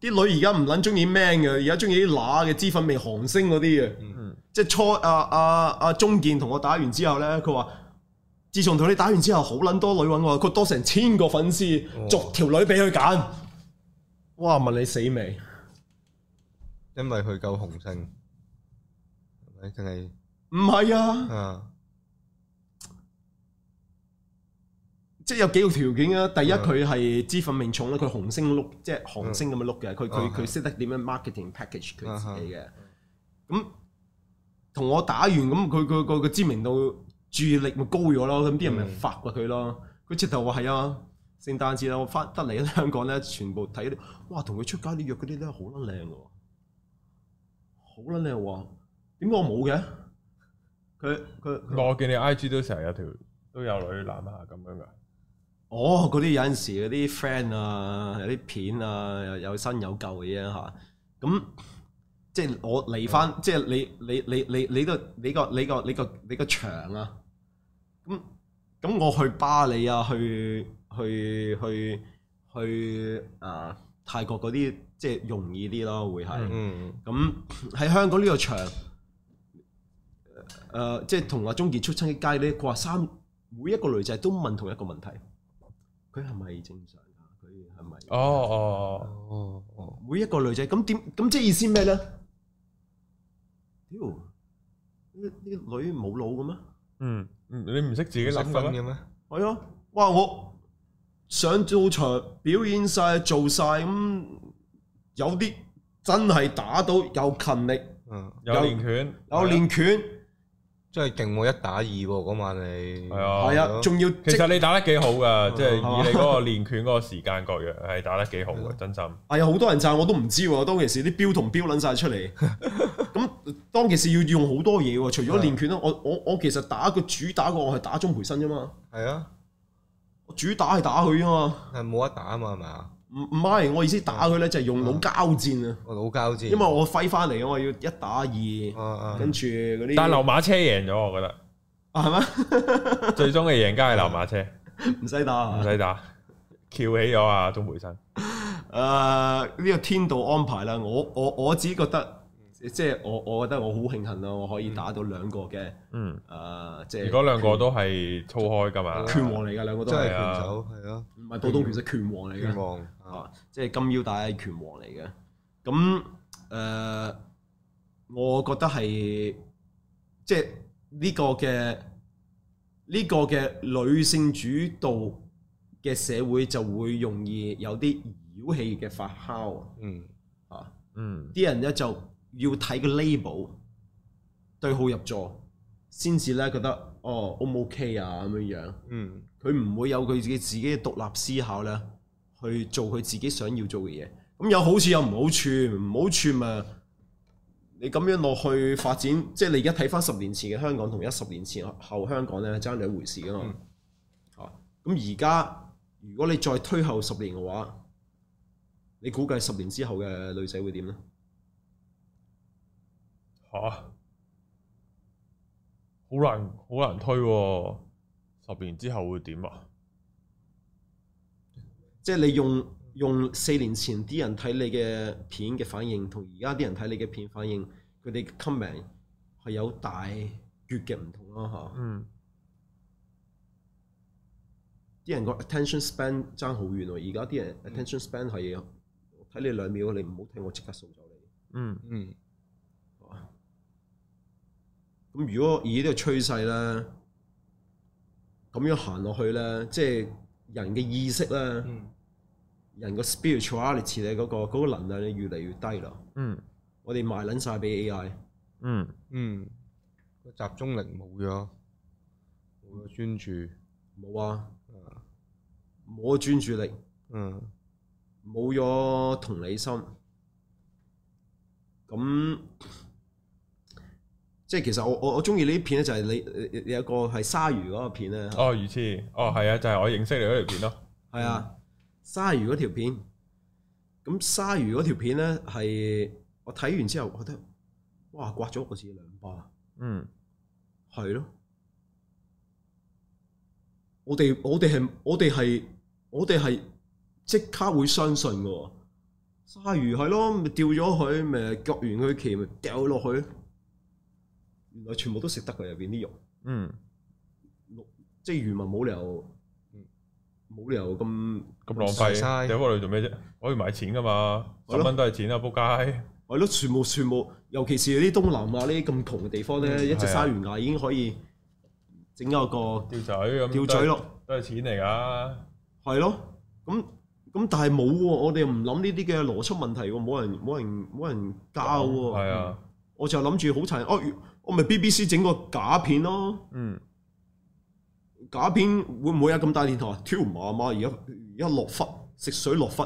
C: 啲女而家唔撚中意 man 嘅，而家中意啲乸嘅脂粉味韓星嗰啲嘅。
A: 嗯
C: 即係初啊啊啊鍾健同我打完之後咧，佢話：自從同你打完之後，好撚多女揾我，佢多成千個粉絲
B: 哦，
C: 逐條女俾佢揀。哇！問你死未？
B: 因為佢夠雄性，係咪？定係
C: 唔係啊，
B: 啊？
C: 即係有幾個條件啊。第一，
B: 嗯
C: 佢係脂粉命重啦，佢紅星碌，即係韓星咁嘅碌嘅，佢佢
B: 嗯
C: 佢識得點樣 marketing package 佢自己嘅。咁同我打完，咁佢佢佢個知名度、注意力咪高咗咯，咁啲人咪
B: 嗯
C: 發掘佢咯。佢直頭話係啊，聖誕節啦，我翻得嚟香港咧，全部睇嗰啲，哇！同佢出街啲約嗰啲咧，好撚靚嘅喎，好撚靚喎。點解我冇嘅？佢佢佢
A: 我見你 I G 都成日有條都有女攬下咁樣噶，
C: 哦，嗰啲有陣時嗰啲 friend 啊，有啲片啊，有有新有舊嘅嘢啊嚇。咁即係我嚟翻，即係你你你你你個你個你個你個你個場啊。咁咁我去巴黎啊，去去去去啊泰國嗰啲，即係容易啲咯，會係。
B: 嗯
C: 咁 喺香港呢個場，誒、即係同阿鍾傑出親嘅街咧，佢話三每一個女仔都問同一個問題，佢係咪正常啊？佢係咪？
A: 哦哦
B: 哦哦，
C: 每一個女仔咁點咁即係意思咩咧？屌，呢呢啲女冇腦嘅咩？
A: 嗯，嗯你唔識自己
B: 你
A: 諗
B: 諗
A: 嘅
B: 分
A: 咩？
B: 嘅咩？
C: 係啊，哇！我上到場表演晒，做晒咁，有啲真係打到有勤力，
B: 嗯，
A: 有
C: 有
A: 練拳，啊
C: 有練拳，
B: 真係勁喎！一打二喎，嗰晚你
A: 係啊
C: 係
B: 係
C: 啊，
B: 咯
C: 仲要
A: 其
C: 即
A: 實你打得幾好噶，即係
C: 係嘛
A: 以你嗰個練拳嗰個時間各樣，係打得幾好嘅，真心。
C: 係啊，好多人讚我都唔知喎，當其時啲標同標撚晒出 嚟，咁當其時要用好多嘢喎，除
A: 啊
C: 咗練拳啦，我我我其實打個主打個我係打鍾培生啫嘛，
B: 係啊，
C: 我主打係打佢啊嘛，
B: 係冇得打啊嘛，係咪啊？
C: 唔唔係，我意思打佢咧就係用腦交戰啊，
B: 我老交戰，
C: 因為我揮翻嚟啊，我要一打二，
B: 啊啊
C: 跟住嗰啲，
A: 但係流馬車贏咗，我覺得
C: 啊係咩？
A: 最終嘅贏家係流馬車，
C: 唔使打
A: 唔
C: 啊，
A: 使打，翹起咗啊鍾培生。
C: 誒啊呢個天道安排啦，我我我自己覺得，即係我我覺得我好慶幸啊啦，我可以打到兩個嘅
A: 嗯，
C: 誒，即
A: 如
C: 係
A: 果兩個都係操開噶 嘛，
C: 拳王嚟㗎，兩個都
B: 真
C: 係
B: 係。拳手係啊，
C: 唔係普通拳手，拳王嚟
B: 拳
C: 嘅，
B: 王
A: 嗯
B: 啊
C: 啊，即係金腰帶係拳王嚟嘅。咁誒、呃我覺得係即係呢個嘅呢、個嘅女性主導嘅社會就會容易有啲妖氣嘅發酵
B: 嗯
C: 啊！
A: 嗯
C: 啲人咧就要睇個 label 對號入座，先至咧覺得哦 O 唔 OK 啊咁樣樣。
B: 嗯
C: 佢唔會有佢自己自己嘅獨立思考咧，去做佢自己想要做嘅嘢。咁有好處有唔好處，唔好處咪你咁樣落去發展，即係你而家睇翻十年前嘅香港同一十年前後香港咧，爭兩回事噶嘛。啊咁而家如果你再推後十年嘅話，你估計十年之後嘅女仔會點呢？
A: 吓，好難好難推喎。十年之後會點啊？
C: 即係你用用四年前啲人睇你嘅片嘅反應，同而家啲人睇你嘅片反應，佢哋嘅 comment 係有大越嘅唔同咯嚇。
A: 嗯，
C: 啲人個 attention span 爭好遠喎，而家啲人 attention span 係睇你兩秒，你唔好睇我即刻掃走你。
A: 嗯，
B: 嗯，
C: 咁如果以呢個趨勢咧，咁樣行落去咧，即係人嘅意識咧，
B: 嗯
C: 人個 spirituality 咧嗰、個嗰、個能量咧越嚟越低啦。
A: 嗯，
C: 我哋賣撚晒俾 AI，
A: 嗯，
B: 嗯，個集中力冇咗，冇咗專注，
C: 冇啊，
B: 啊，
C: 冇咗專注力，
B: 嗯
C: 冇咗同理心。咁即係其實我我我中意呢啲片咧，就係你你你有一個係鯊魚嗰個片咧，
A: 哦，魚翅，哦，係啊，就係我認識你嗰條片咯，
C: 係啊，鯊魚嗰條片，咁鯊魚嗰條片咧係我睇完之後覺得，哇，刮咗我自己兩巴，
A: 嗯，
C: 係咯，我哋我哋係我哋係我哋係即刻會相信嘅喎，鯊魚係咯，咪掉咗佢，咪割完佢鰭，咪掉落去，原來全部都食得佢入邊啲肉。
A: 嗯，
C: 即係漁民冇理由冇理由咁
A: 咁浪
B: 唔使嘥
A: 費，掉過嚟做咩啫？可以買錢噶嘛，
C: 係
A: 十
C: 咯
A: 蚊都係錢啊，仆街，
C: 係咯，全部全部，尤其是啲東南亞呢啲咁窮嘅地方咧，一隻
A: 係啊
C: 鯊魚牙已經可以整一個
A: 吊嘴咁，
C: 吊嘴，咯，
A: 都係錢嚟噶，
C: 係咯。咁咁但係冇喎，我哋又唔諗呢啲嘅邏輯問題喎，冇人冇人冇人教喎。
A: 係啊，
C: 我就諗住好殘，哦，我咪 BBC 整個假片咯。
A: 嗯，
C: 假片會唔會有咁大電台？挑麻麻，而家而家落忽食水落忽。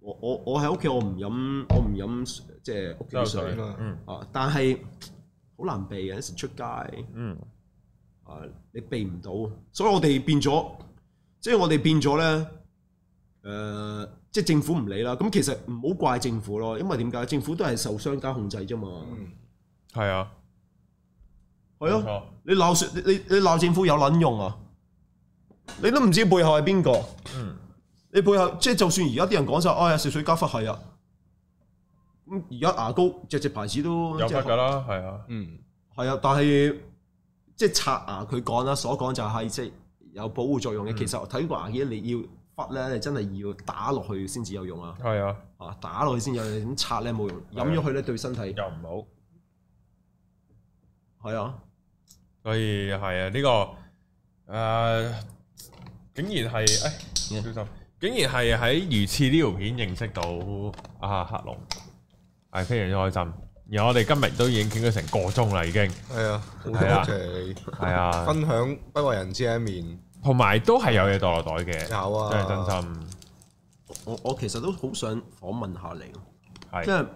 C: 我我我喺屋企我唔飲我唔飲即係屋企
A: 真
C: 啲
A: 係水
C: 水
B: 啊，
A: 嗯
C: 啊！但係好難避嘅，有時出街
A: 嗯
C: 啊，你避唔到，所以我哋變咗，即係我哋變咗咧，誒、即係政府唔理啦。咁其實唔好怪政府咯，因為點解？政府都係受商家控制啫嘛。
B: 嗯
A: 係啊，
C: 係咯、
A: 冇錯，
C: 你鬧商你你你鬧政府有撚用啊？你都唔知背後係邊個。
A: 嗯
C: 你背後即係就算而家啲人講晒，哎呀食水加氟係啊，咁而家牙膏隻隻牌子都
A: 有
C: 即
A: 忽
C: 係
A: 㗎啦，係啊，
B: 嗯
C: 係啊，但係即係刷牙佢講啦，所講就係即係有保護作用嘅。其實睇個牙醫你要氟咧，你真係要打落去先至有用啊！
A: 係啊，
C: 啊，打落去先有用，你咁刷咧冇用，飲咗佢咧對身體
A: 又唔好。
C: 係啊，
A: 所以係啊，呢、個誒、À, 竟然係誒、哎小心，竟然係喺魚翅呢條片認識到啊黑龍，係非常之開心。而我哋今日都已經傾咗成個鐘啦，已經
B: 係啊，好多
A: 係啊
B: 謝你
A: 係啊，
B: 分享不為人知嘅一面，
A: 同埋都係有嘢袋落袋嘅，真
B: 有啊，
A: 係真心
C: 我我其實都好想訪問下你，即
A: 係
C: 係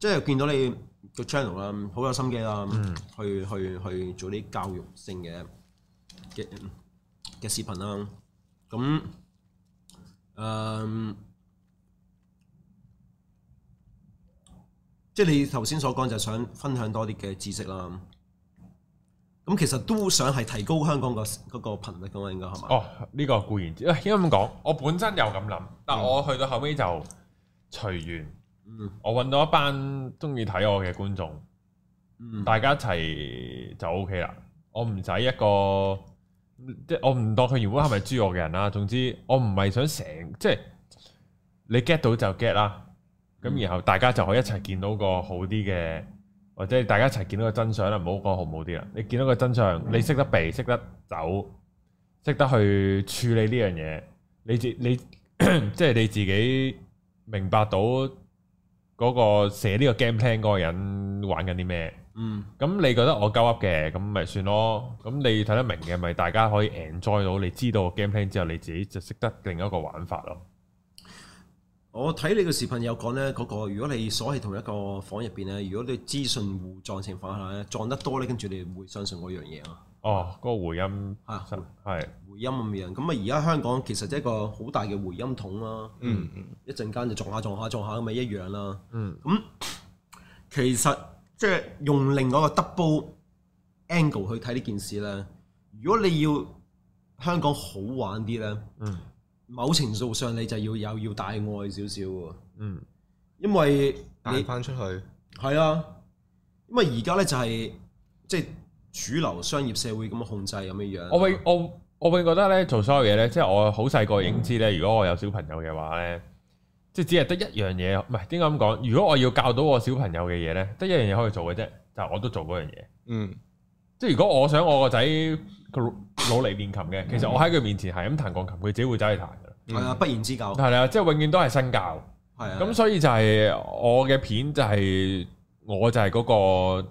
C: 即係見到你個 channel 啦，好有心機啦，
A: 嗯
C: 去去去做啲教育性嘅嘅嘅視頻啦。咁誒、嗯即係你頭先所講就係想分享多啲嘅知識啦。咁其實都想係提高香港個嗰個頻率噶嘛，應該係嘛？
A: 哦。呢、個固然之，喂應該咁講，我本身又咁諗，但我去到後尾就隨緣。
C: 嗯
A: 我揾到一班中意睇我嘅觀眾。
C: 嗯
A: 大家一齊就 O K 啦。我唔使一個，即係我唔當佢原本係咪豬我嘅人啦。總之我唔係想成，即係你 get 到就 get 啦。咁然後大家就可以一齊見到個好啲嘅，或者大家一齊見到個真相啦。唔好講好唔好啲啦，你見到個真相，你識得避，識得走，識得去處理呢樣嘢，你自你 即係你自己明白到嗰個寫呢個 game plan 嗰個人玩緊啲咩。
C: 嗯
A: 咁你覺得我鳩噏嘅，咁咪算咯。咁你睇得明嘅，咪大家可以 enjoy 到。你知道個 game plan 之後，你自己就識得另一個玩法咯。
C: 我睇你個視頻有講咧嗰個，如果你所喺同一個房入邊咧，如果你資訊互撞情況下咧，撞得多咧，跟住你會相信嗰樣嘢啊，
A: 哦，嗰、個回音
C: 啊
A: 實係
C: 回音咁樣。咁啊，而家香港其實即係一個好大嘅回音筒啦，
B: 嗯嗯
C: 一陣間就撞下撞下撞下咁咪一樣啦。
A: 嗯
C: 咁其實即係用另外一個 double angle 去睇呢件事咧，如果你要香港好玩啲咧，
A: 嗯
C: 某程度上你就要有要大愛少少喎，
A: 嗯，
C: 因為
B: 帶
C: 你
B: 翻出去，
C: 係啊，因為而家咧就係即係主流商業社會咁嘅控制咁樣樣。
A: 嗯我永我我永覺得咧做所有嘢咧，即係我好細個已經知咧，如果我有小朋友嘅話咧，即係只係得一樣嘢，唔係點解咁講？如果我要教到我小朋友嘅嘢咧，得一樣嘢可以做嘅啫，就係我都做嗰樣嘢。
B: 嗯，
A: 即係如果我想我個仔佢努力練琴嘅，其實我喺佢面前係咁彈鋼琴，佢自己會走去彈噶啦。
B: 嗯
C: 係啊，不言之教。係
A: 係啦，即係永遠都係身教。
C: 啊，
A: 咁所以就係我嘅片就係我就係嗰個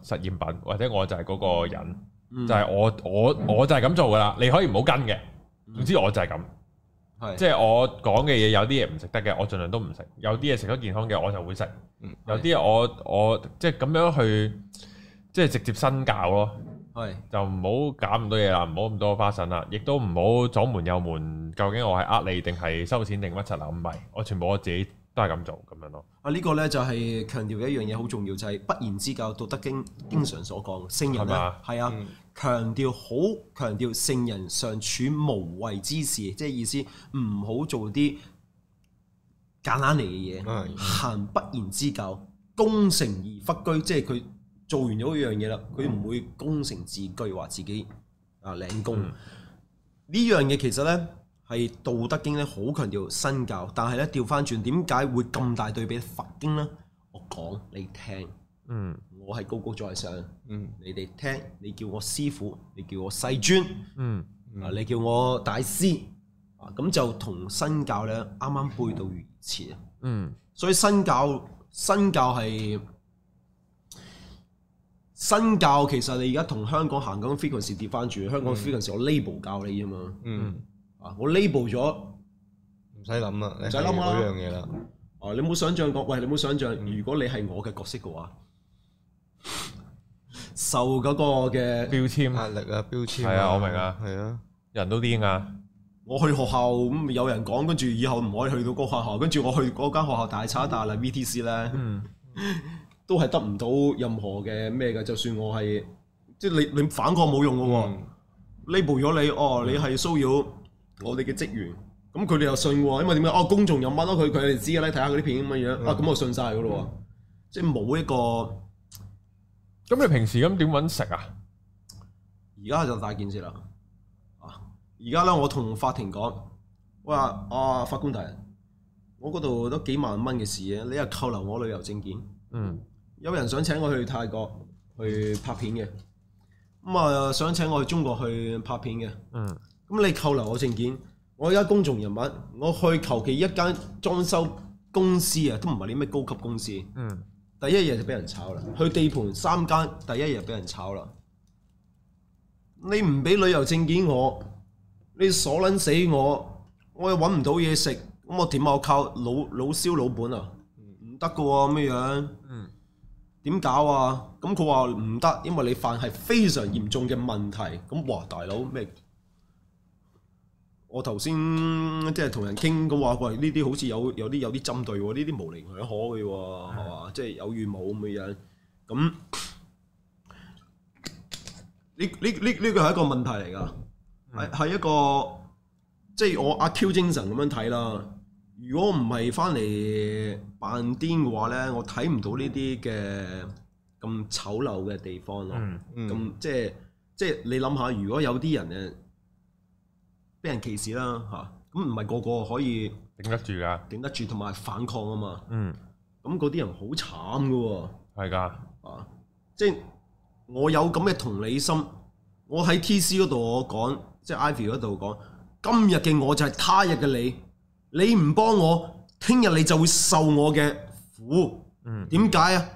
A: 實驗品，或者我就係嗰個人，
C: 嗯
A: 就係我我我就係咁做噶啦。你可以唔好跟嘅，總之我就係咁。
C: 嗯係
A: 即係我講嘅嘢有啲嘢唔食得嘅，我盡量都唔食；有啲嘢食得健康嘅，我就會食
B: 嗯。
A: 有啲嘢我我即係咁樣去，即係直接身教咯。
C: 係
A: 就唔好搞咁多嘢啦，唔好咁多花神啦，亦都唔好左門右門。究竟我係呃你定係收錢定乜柒啊？唔係，我全部我自己都係咁做咁樣咯。
C: 啊呢個咧就係強調一樣嘢好重要，就係不言之教，《道德經》經常所講，聖人
A: 係
C: 咧
A: 嘛
C: 係啊。
B: 嗯
C: 強調好強調聖人尚處無為之事，即係意思唔好做啲簡單嚟嘅嘢，
B: 係
C: 行不言之教，功成而弗居，即係佢做完咗一樣嘢啦，佢唔會功成自居，話自己啊領功。呢、樣嘢其實呢，係《道德經》咧好強調身教，但係呢，調翻轉點解會咁大對比佛經呢？我講你聽，
A: 嗯
C: 我係高高在上。
B: 嗯
C: 你哋聽，你叫我師傅，你叫我世尊，
A: 嗯
C: 啊、你叫我大師，啊咁就同新教咧啱啱背道而馳啊！
A: 嗯
C: 所以新教新教係新教，其實你而家同香港行緊 frequency 跌翻住，香港 frequency 我 label 教你啊嘛，
B: 嗯，
C: 啊我 label 咗。
B: 唔使諗啦，你
C: 唔使
B: 係
C: 諗
A: 啊
C: 啦
B: 嗰樣嘢啦，
C: 哦，你冇想象過，喂，你冇想象，如果你係我嘅角色嘅話，受嗰個嘅
A: 標籤
B: 壓力啊，標籤
A: 係啊我明啊
B: 係啊，
A: 人都癲啊，
C: 我去學校咁有人講，跟住以後唔可以去到嗰個學校，跟住我去嗰間學校大差大啦 VTC 咧，
A: 嗯
C: 都係得唔到任何嘅咩嘅。就算我係即係你你反抗冇用嘅
B: 嗯
C: 喎、l a b e l 咗你哦，你係騷擾我哋嘅職員，咁佢哋又信喎，因為點解？哦，公眾有乜咯，佢佢哋知嘅咧，睇下嗰啲片咁嘅樣，啊咁我信晒嘅咯喎，即係冇一個
A: 咁你平時咁點揾食啊？
C: 而家就大件事啦。啊，而家咧我同法庭講，我話啊法官大人，我嗰度都幾萬蚊嘅事嘅，你又扣留我旅遊證件。
A: 嗯
C: 有人想請我去泰國去拍片嘅，咁啊想請我去中國去拍片嘅，
A: 嗯
C: 咁你扣留我證件，我而家公眾人物，我去求其一間裝修公司啊，都唔係啲咩高級公司。
A: 嗯
C: 第一日就俾人炒啦，去地盤三間，第一日俾人炒啦。你唔俾旅遊證件我，你傻撚死我，我又揾唔到嘢食，咁我點啊？我靠老老燒老本啊，唔得噶喎咁樣，
A: 嗯
C: 點搞啊？咁佢話唔得，因為你犯係非常嚴重嘅問題。咁哇，大佬咩？我頭先即係同人傾咁話，喂呢啲好似有有啲有啲針對喎，呢啲無理可可嘅喎，係嘛？即係有與冇咁嘅樣。咁呢呢呢呢個係一個問題嚟㗎，係係一個即係我阿 Q 精神咁樣睇啦。如果唔係翻嚟扮癲嘅話咧，我睇唔到呢啲嘅咁醜陋嘅地方咯。
A: 嗯
B: 嗯
C: 咁即係即係你諗下，如果有啲人誒俾人歧視啦嚇，咁唔係個個可以
A: 頂得住噶，
C: 頂得住同埋反抗啊嘛，
A: 嗯
C: 咁嗰啲人好慘㗎
A: 係噶，
C: 喎啊！即係我有咁嘅同理心，我喺 TC 嗰度我講，即係 Ivy 嗰度講，今日嘅我就係他日嘅你，你唔幫我，聽日你就會受我嘅苦。
A: 嗯
C: 點解啊？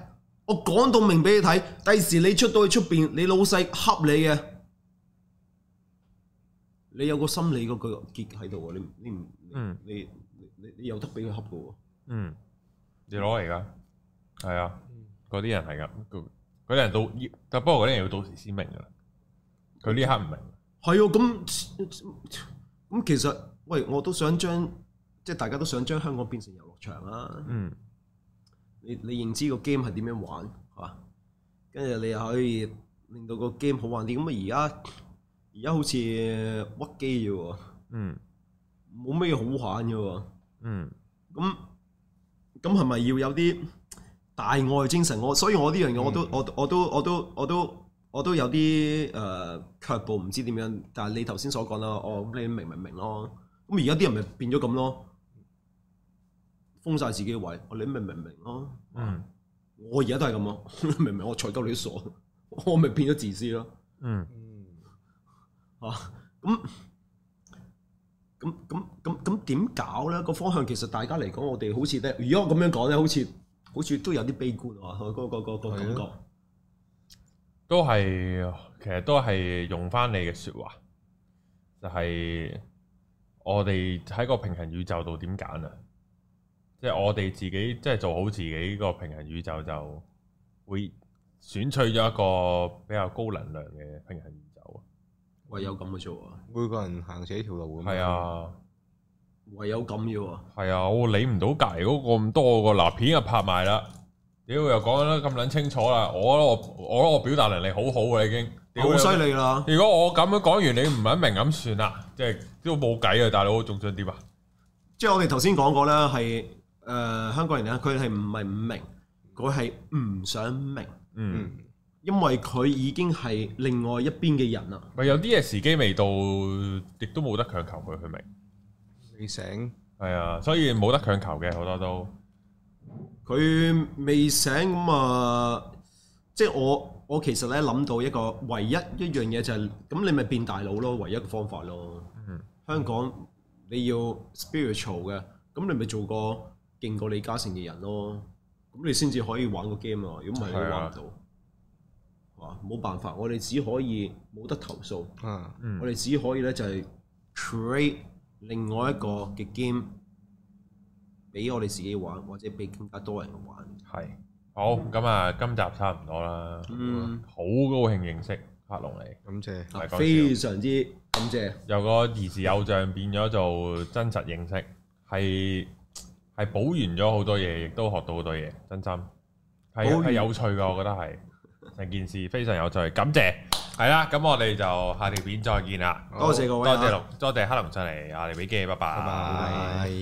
C: 我講到明俾你睇，第時你出到去出邊，你老細恰你嘅，你有個心理嗰個結喺度喎，你你唔
A: 嗯
C: 你你你你有得俾佢恰嘅喎，
A: 嗯，你攞嚟噶，係啊，嗰啲人係噶，嗰啲人到要，但不過嗰啲人要到時先明噶啦，佢呢刻唔明。
C: 係啊，咁咁其實喂，我都想將即係大家都想將香港變成遊樂場啦。
A: 嗯
C: 你你認知個 game 係點樣玩係嘛？跟住你又可以令到個 game 好玩啲。咁啊而家而家好似屈機嘅喎。
A: 嗯
C: 冇咩好玩嘅喎。
A: 嗯，
C: 咁咁係咪要有啲大愛精神？我所以我呢樣嘢我都、我都我都我都我都我都有啲誒、呃、卻步，唔知點樣。但係你頭先所講啦，哦咁你明唔明咯？咁而家啲人咪變咗咁咯，封晒自己嘅位，我哦你明唔明咯？
A: 嗯，
C: 我而家都係咁咯， 你明唔明？我才鳩你傻， 我咪變咗自私咯。
A: 嗯，
B: 嗯
C: 啊，咁咁咁咁咁點搞咧？個方向其實大家嚟講，我哋好似咧，如果我咁樣講咧，好似好似都有啲悲觀啊，嗰、個、個、個感
B: 係
C: 覺。
A: 都係，其實都係用翻你嘅説話，就係、我哋喺個平衡宇宙度點揀啊？即係我哋自己，即係做好自己個平衡宇宙，就會選取咗一個比較高能量嘅平衡宇宙。
C: 唯有咁嘅啫喎，
B: 每個人行自己條
C: 嗯
B: 路咁。
A: 係，啊。
C: 唯有咁要啊！
A: 係啊，我理唔到隔離嗰個咁多個嗱片又拍埋啦，屌又講得咁撚清楚啦，我覺得我我覺得我表達能力好好嘅已經，屌
C: 好犀！利啊啦！
A: 如果我咁樣講完你唔肯明咁算啦，即係都冇計啊，大佬仲想點啊？
C: 即係我哋頭先講過咧，係誒、呃香港人咧，佢係唔係唔明，佢係唔想明，
A: 嗯，
B: 嗯，
C: 因為佢已經係另外一邊嘅人啦。
A: 咪有啲嘢時機未到，亦都冇得強求佢去明，
B: 你醒，
A: 係啊，所以冇得強求嘅好多都，
C: 佢未醒咁啊，即係我我其實咧諗到一個唯一一樣嘢就係、咁，你咪變大佬咯，唯一嘅方法咯。
A: 嗯
C: 香港你要 spiritual 嘅，咁你咪做個勁過李嘉誠嘅人咯，咁你先至可以玩個 game 啊。如果唔係，你
A: 係啊
C: 玩唔到。哇！冇辦法，我哋只可以冇得投訴，
B: 啊，
A: 嗯
C: 我哋只可以咧就係 create 另外一個嘅 game 俾我哋自己玩，或者俾更加多人玩。
A: 係好咁啊，今集差唔多啦，
C: 嗯，
A: 好高興認識黑龍你。
B: 感謝，
A: 唔係講笑
C: 啊非常之感謝，
A: 由個兒時偶像變咗做真實認識，係係補完咗好多嘢，亦都學到好多嘢，真心係
C: 補完
A: 係有趣嘅，我覺得係成件事非常有趣，感謝係啦，咁我哋就下條片再見啦，
B: 好
C: 多謝各位啊，
A: 多謝龍，多謝黑龍上嚟，下條片見，拜
B: 拜拜。